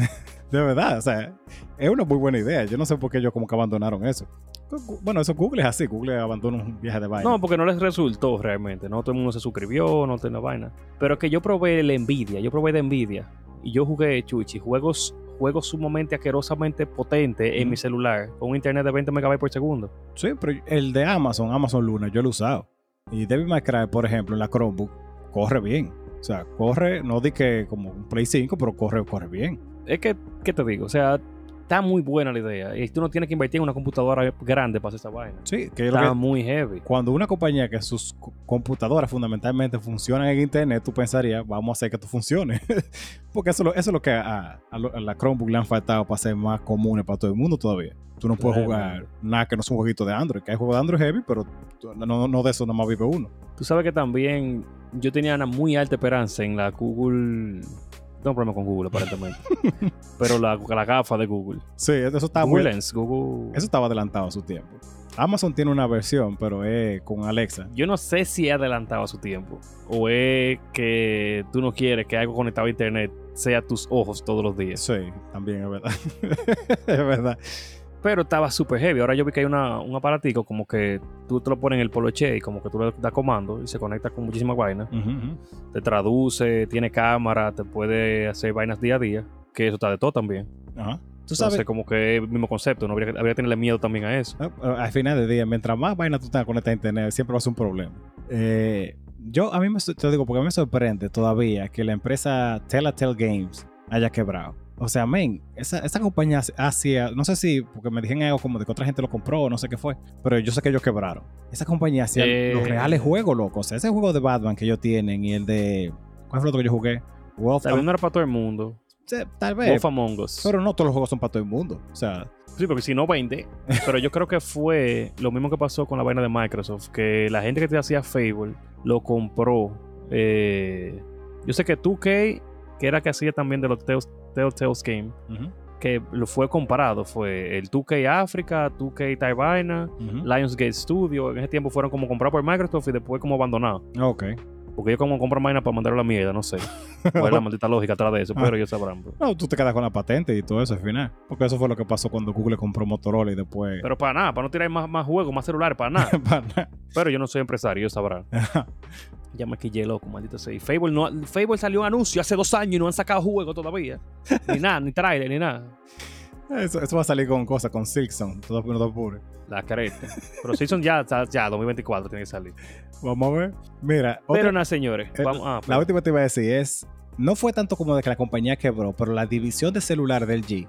Speaker 2: De verdad, o sea, es una muy buena idea. Yo no sé por qué ellos como que abandonaron eso. Gu- Bueno, eso Google es así. Google abandona un viaje de baile.
Speaker 1: No, porque no les resultó realmente. No todo el mundo se suscribió, no tenía vaina. Pero es que yo probé la envidia, yo probé de envidia. Y yo jugué, Chuchi, juegos, juegos sumamente asquerosamente potentes en
Speaker 2: Ujú.
Speaker 1: mi celular, con un internet de 20 megabytes por segundo.
Speaker 2: Sí, pero el de Amazon, Amazon Luna, yo lo he usado. Y David McCray, por ejemplo, en la Chromebook, corre bien. O sea, corre, no di que como un Play 5, pero corre, corre bien.
Speaker 1: Es que, ¿qué te digo? O sea, está muy buena la idea. Y tú no tienes que invertir en una computadora grande para hacer esa vaina.
Speaker 2: Sí, que es lo que-
Speaker 1: Está muy heavy.
Speaker 2: cuando una compañía que sus co- computadoras fundamentalmente funcionan en internet, tú pensarías, vamos a hacer que esto funcione. Porque eso, es lo- eso es lo que a, a lo- a la Chromebook le han faltado para ser más comunes para todo el mundo todavía. Tú no puedes jugar nada que no sea un jueguito de Android, que hay juegos de Android heavy, pero tú- no, no- no de eso nomás vive uno.
Speaker 1: Tú sabes que también yo tenía una muy alta esperanza en la Google. Tengo problema con Google, aparentemente. Pero la, la gafa de Google.
Speaker 2: Sí, eso está
Speaker 1: Google
Speaker 2: muy,
Speaker 1: Lens, Google.
Speaker 2: eso estaba adelantado a su tiempo. Amazon tiene una versión, pero es con Alexa.
Speaker 1: Yo no sé si he adelantado a su tiempo. O es que tú no quieres que algo conectado a internet sea tus ojos todos los días.
Speaker 2: Sí, también es verdad. es verdad.
Speaker 1: Pero estaba súper heavy. Ahora yo vi que hay una, un aparatico como que tú te lo pones en el poloche y como que tú le das comando y se conecta con muchísimas vainas.
Speaker 2: Ujú, ujú.
Speaker 1: Te traduce, tiene cámara, te puede hacer vainas día a día. Que eso está de todo también.
Speaker 2: Ajá. Tú sabes,
Speaker 1: Entonces, como que es el mismo concepto, no habría, que- habría que tenerle miedo también a eso.
Speaker 2: No, pero Ah, Al final del día, mientras más vaina tú tengas conectada a internet, siempre va a ser un problema. Eh, yo, a mí me, so- te lo digo porque a mí me sorprende todavía que la empresa Telltale Games haya quebrado. O sea, men, esa, esa compañía hacía, no sé si, porque me dijeron algo como de que otra gente lo compró o no sé qué fue, pero yo sé que ellos quebraron. Esa compañía hacía
Speaker 1: Eh.
Speaker 2: los reales juegos, loco. O sea, ese juego de Batman que ellos tienen y el de, ¿cuál fue el otro que yo jugué? Wolf,
Speaker 1: Tal vez no era para todo el mundo.
Speaker 2: tal vez,
Speaker 1: Wolf Among Us.
Speaker 2: pero no todos los juegos son para todo el mundo. O sea,
Speaker 1: Sí, porque si no vende. Pero yo creo que fue lo mismo que pasó con la vaina de Microsoft, que la gente que te hacía Fable lo compró. eh, yo sé que 2K, que era que hacía también de los Tales- Telltale's Game,
Speaker 2: ujú,
Speaker 1: que lo fue comparado, fue el 2K África, 2K Taiwana,
Speaker 2: ujú.
Speaker 1: Lionsgate Studio, en ese tiempo fueron como comprados por Microsoft y después como abandonados.
Speaker 2: ok.
Speaker 1: Porque ellos como compran vainas para mandar a la mierda, no sé. ¿Cuál es la maldita lógica atrás de eso? Pero ellos sabrán. pues.
Speaker 2: No, tú te quedas con la patente y todo eso al final. Porque eso fue lo que pasó cuando Google compró Motorola y después.
Speaker 1: Pero para nada, para no tirar más, más juegos, más celulares, para nada. Pero yo no soy empresario, ellos sabrán. Ya me quillé loco, maldito sea. Y Fable, no, ha- Fable salió un anuncio hace dos años y no han sacado juego todavía. Ni nada, ni trailer, ni nada.
Speaker 2: Eso, eso va a salir con cosas, con Silkson, todo no te apures.
Speaker 1: La careta. Pero Season ya, ya, ya, 2024 tiene que salir.
Speaker 2: Vamos a ver. Mira, otra-
Speaker 1: Pero nada, señores.
Speaker 2: eh,
Speaker 1: Vamos, ah,
Speaker 2: la última que te iba a decir es, no fue tanto como de que la compañía quebró, pero la división de celular del G eh,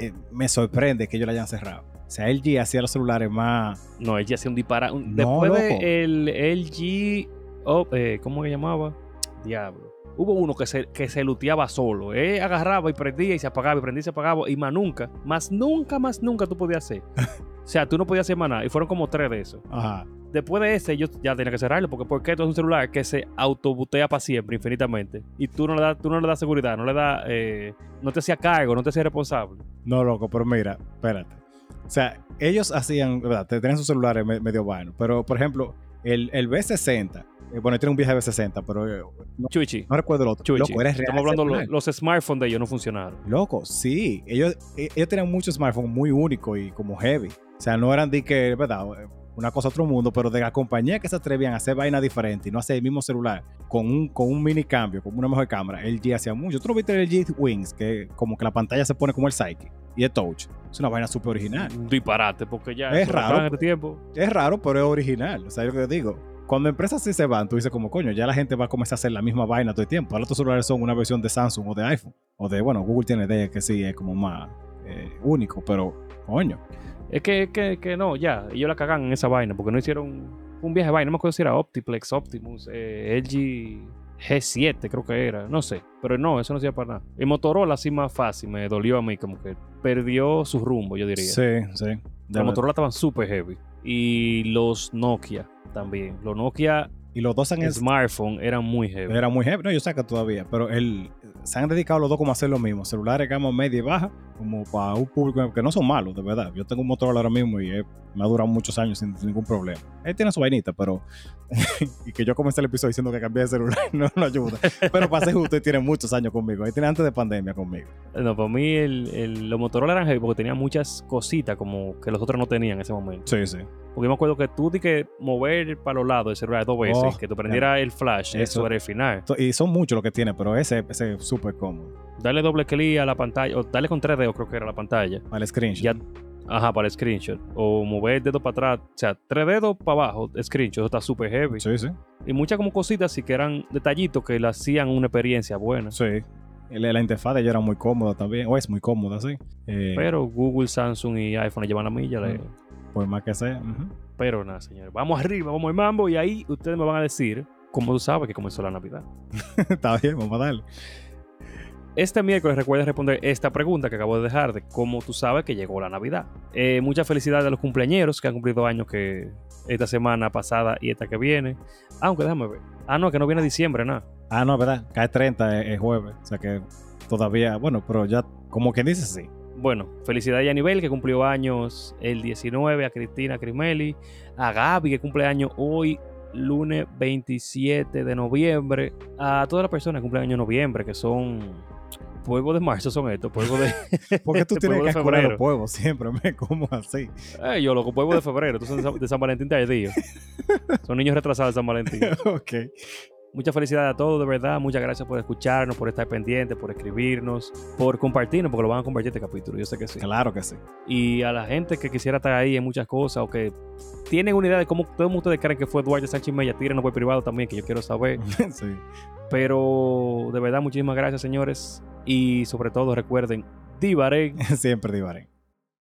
Speaker 2: eh, me sorprende que ellos la hayan cerrado. O sea, el G hacía los celulares más...
Speaker 1: No, él ya hacía un disparo. un-
Speaker 2: No,
Speaker 1: Después
Speaker 2: loco.
Speaker 1: de el LG. oh, eh, ¿Cómo se llamaba? Diablo. Hubo uno que se, que se luteaba solo. Él agarraba y prendía y se apagaba y prendía y se apagaba. Y más nunca, más nunca, más nunca tú podías hacer. o sea, tú no podías hacer más nada. Y fueron como tres de esos.
Speaker 2: Ajá.
Speaker 1: Después de ese, yo ya tenía que cerrarlo. Porque ¿por qué tú es un celular que se autobutea para siempre, infinitamente? Y tú no le das, tú no le das seguridad, no le das. eh, no te hacía cargo, no te hacía responsable.
Speaker 2: No, loco, pero mira, espérate. O sea, ellos hacían, ¿verdad? Te- Tenían sus celulares me- medio vanos, pero por ejemplo, el, el B60, eh, bueno, tiene un viaje B60, pero eh, no,
Speaker 1: Chuchi,
Speaker 2: no recuerdo el otro.
Speaker 1: Chuchi.
Speaker 2: Loco, eres real.
Speaker 1: Estamos hablando, lo-
Speaker 2: celular.
Speaker 1: los smartphones de ellos no funcionaron.
Speaker 2: Loco, sí. Ellos, e- ellos tenían muchos smartphones muy únicos y como heavy. O sea, no eran de que, ¿verdad? Una cosa a otro mundo, pero de la compañía que se atrevían a hacer vaina diferente y no hacer el mismo celular con un, con un mini cambio, con una mejor cámara, el G hacía mucho. Tú no viste el G Wings, que como que la pantalla se pone como el Psyche y el Touch. Es una vaina súper original.
Speaker 1: Un disparate, porque ya
Speaker 2: Es
Speaker 1: eso
Speaker 2: raro,
Speaker 1: estaba en este tiempo.
Speaker 2: Es raro, pero es original. O sea, es lo que te digo. Cuando empresas así se van, tú dices como, coño, ya la gente va a comenzar a hacer la misma vaina todo el tiempo. Ahora tus celulares son una versión de Samsung o de iPhone. O de, bueno, Google tiene de que sí, es como más eh, único, pero coño.
Speaker 1: Es que, es que, que no, ya, ellos la cagan en esa vaina, porque no hicieron un viaje de vaina, no me acuerdo si era Optiplex, Optimus, eh, LG G7 creo que era, no sé, pero no, eso no sirve para nada. El Motorola así más fácil, me dolió a mí, como que perdió su rumbo, yo diría.
Speaker 2: Sí, sí.
Speaker 1: Los Motorola estaban súper heavy. Y los Nokia también. Los Nokia
Speaker 2: Y los dos han
Speaker 1: smartphone eran muy heavy.
Speaker 2: era muy heavy. No, yo saca todavía, pero el, se han dedicado los dos como a hacer lo mismo. Celulares gama media y baja, como para un público que no son malos, de verdad. Yo tengo un Motorola ahora mismo y eh, me ha durado muchos años sin ningún problema. Él tiene su vainita, pero. y que yo comencé el episodio diciendo que cambié de celular no lo ayuda. Pero para ser justo, él tiene muchos años conmigo. Él tiene antes de pandemia conmigo.
Speaker 1: No, para mí el, el- los Motorola eran heavy porque tenían muchas cositas como que los otros no tenían en ese momento.
Speaker 2: Sí, sí.
Speaker 1: Porque yo me acuerdo que tú di que mover para los lados el celular dos veces,
Speaker 2: Oh,
Speaker 1: que te prendiera el flash,
Speaker 2: Eso.
Speaker 1: eso era el final.
Speaker 2: To- Y son muchos los que tiene, pero ese ese es súper cómodo.
Speaker 1: Dale doble clic a la pantalla, o dale con tres dedos, creo que era la pantalla.
Speaker 2: Para el screenshot.
Speaker 1: Ya, ajá, para el screenshot. O mover el dedo para atrás, o sea, tres dedos para abajo, screenshot, eso está súper heavy.
Speaker 2: Sí, sí.
Speaker 1: Y muchas como cositas, sí que eran detallitos que le hacían una experiencia buena.
Speaker 2: Sí. La, la interfaz de ella era muy cómoda también, o es muy cómoda, sí. Eh,
Speaker 1: Pero Google, Samsung y iPhone le llevan la milla. le-
Speaker 2: Mm. Por más que sea. ujú.
Speaker 1: Pero nada, señores, vamos arriba, vamos al mambo y ahí ustedes me van a decir cómo tú sabes que comenzó la Navidad.
Speaker 2: Está bien, vamos a darle.
Speaker 1: Este miércoles recuerda responder esta pregunta que acabo de dejar de cómo tú sabes que llegó la Navidad. Eh, mucha felicidad a los cumpleañeros que han cumplido años que esta semana pasada y esta que viene. Aunque déjame ver. Ah, no, que no viene diciembre, nada.
Speaker 2: Ah, no, verdad. Cae 30 es, es jueves. O sea que todavía, bueno, pero ya, como quien dice, sí.
Speaker 1: Bueno, felicidad a Yanibel que cumplió años el 19, a Cristina Crismeli, a Gaby que cumple años hoy, lunes 27 de noviembre, a todas las personas que cumplen años en noviembre, que son pueblo de marzo, son estos, pueblo de.
Speaker 2: Porque tú tienes
Speaker 1: Pueblo
Speaker 2: que
Speaker 1: de
Speaker 2: calcular los
Speaker 1: febrero.
Speaker 2: pueblos siempre, me como así.
Speaker 1: Eh, yo loco, pueblo de febrero, tú son de San, de San Valentín tardío. Son niños retrasados de San Valentín.
Speaker 2: ok.
Speaker 1: Muchas felicidades a todos, de verdad. Muchas gracias por escucharnos, por estar pendientes, por escribirnos, por compartirnos, porque lo van a compartir este capítulo, yo sé que sí.
Speaker 2: Claro que sí.
Speaker 1: y a la gente que quisiera estar ahí en muchas cosas o que tienen una idea de cómo todos ustedes creen que fue Duarte Sánchez Mella, tírenos por privado también, que yo quiero saber.
Speaker 2: sí.
Speaker 1: Pero de verdad, muchísimas gracias, señores. Y sobre todo, recuerden, divaren
Speaker 2: Siempre divaré.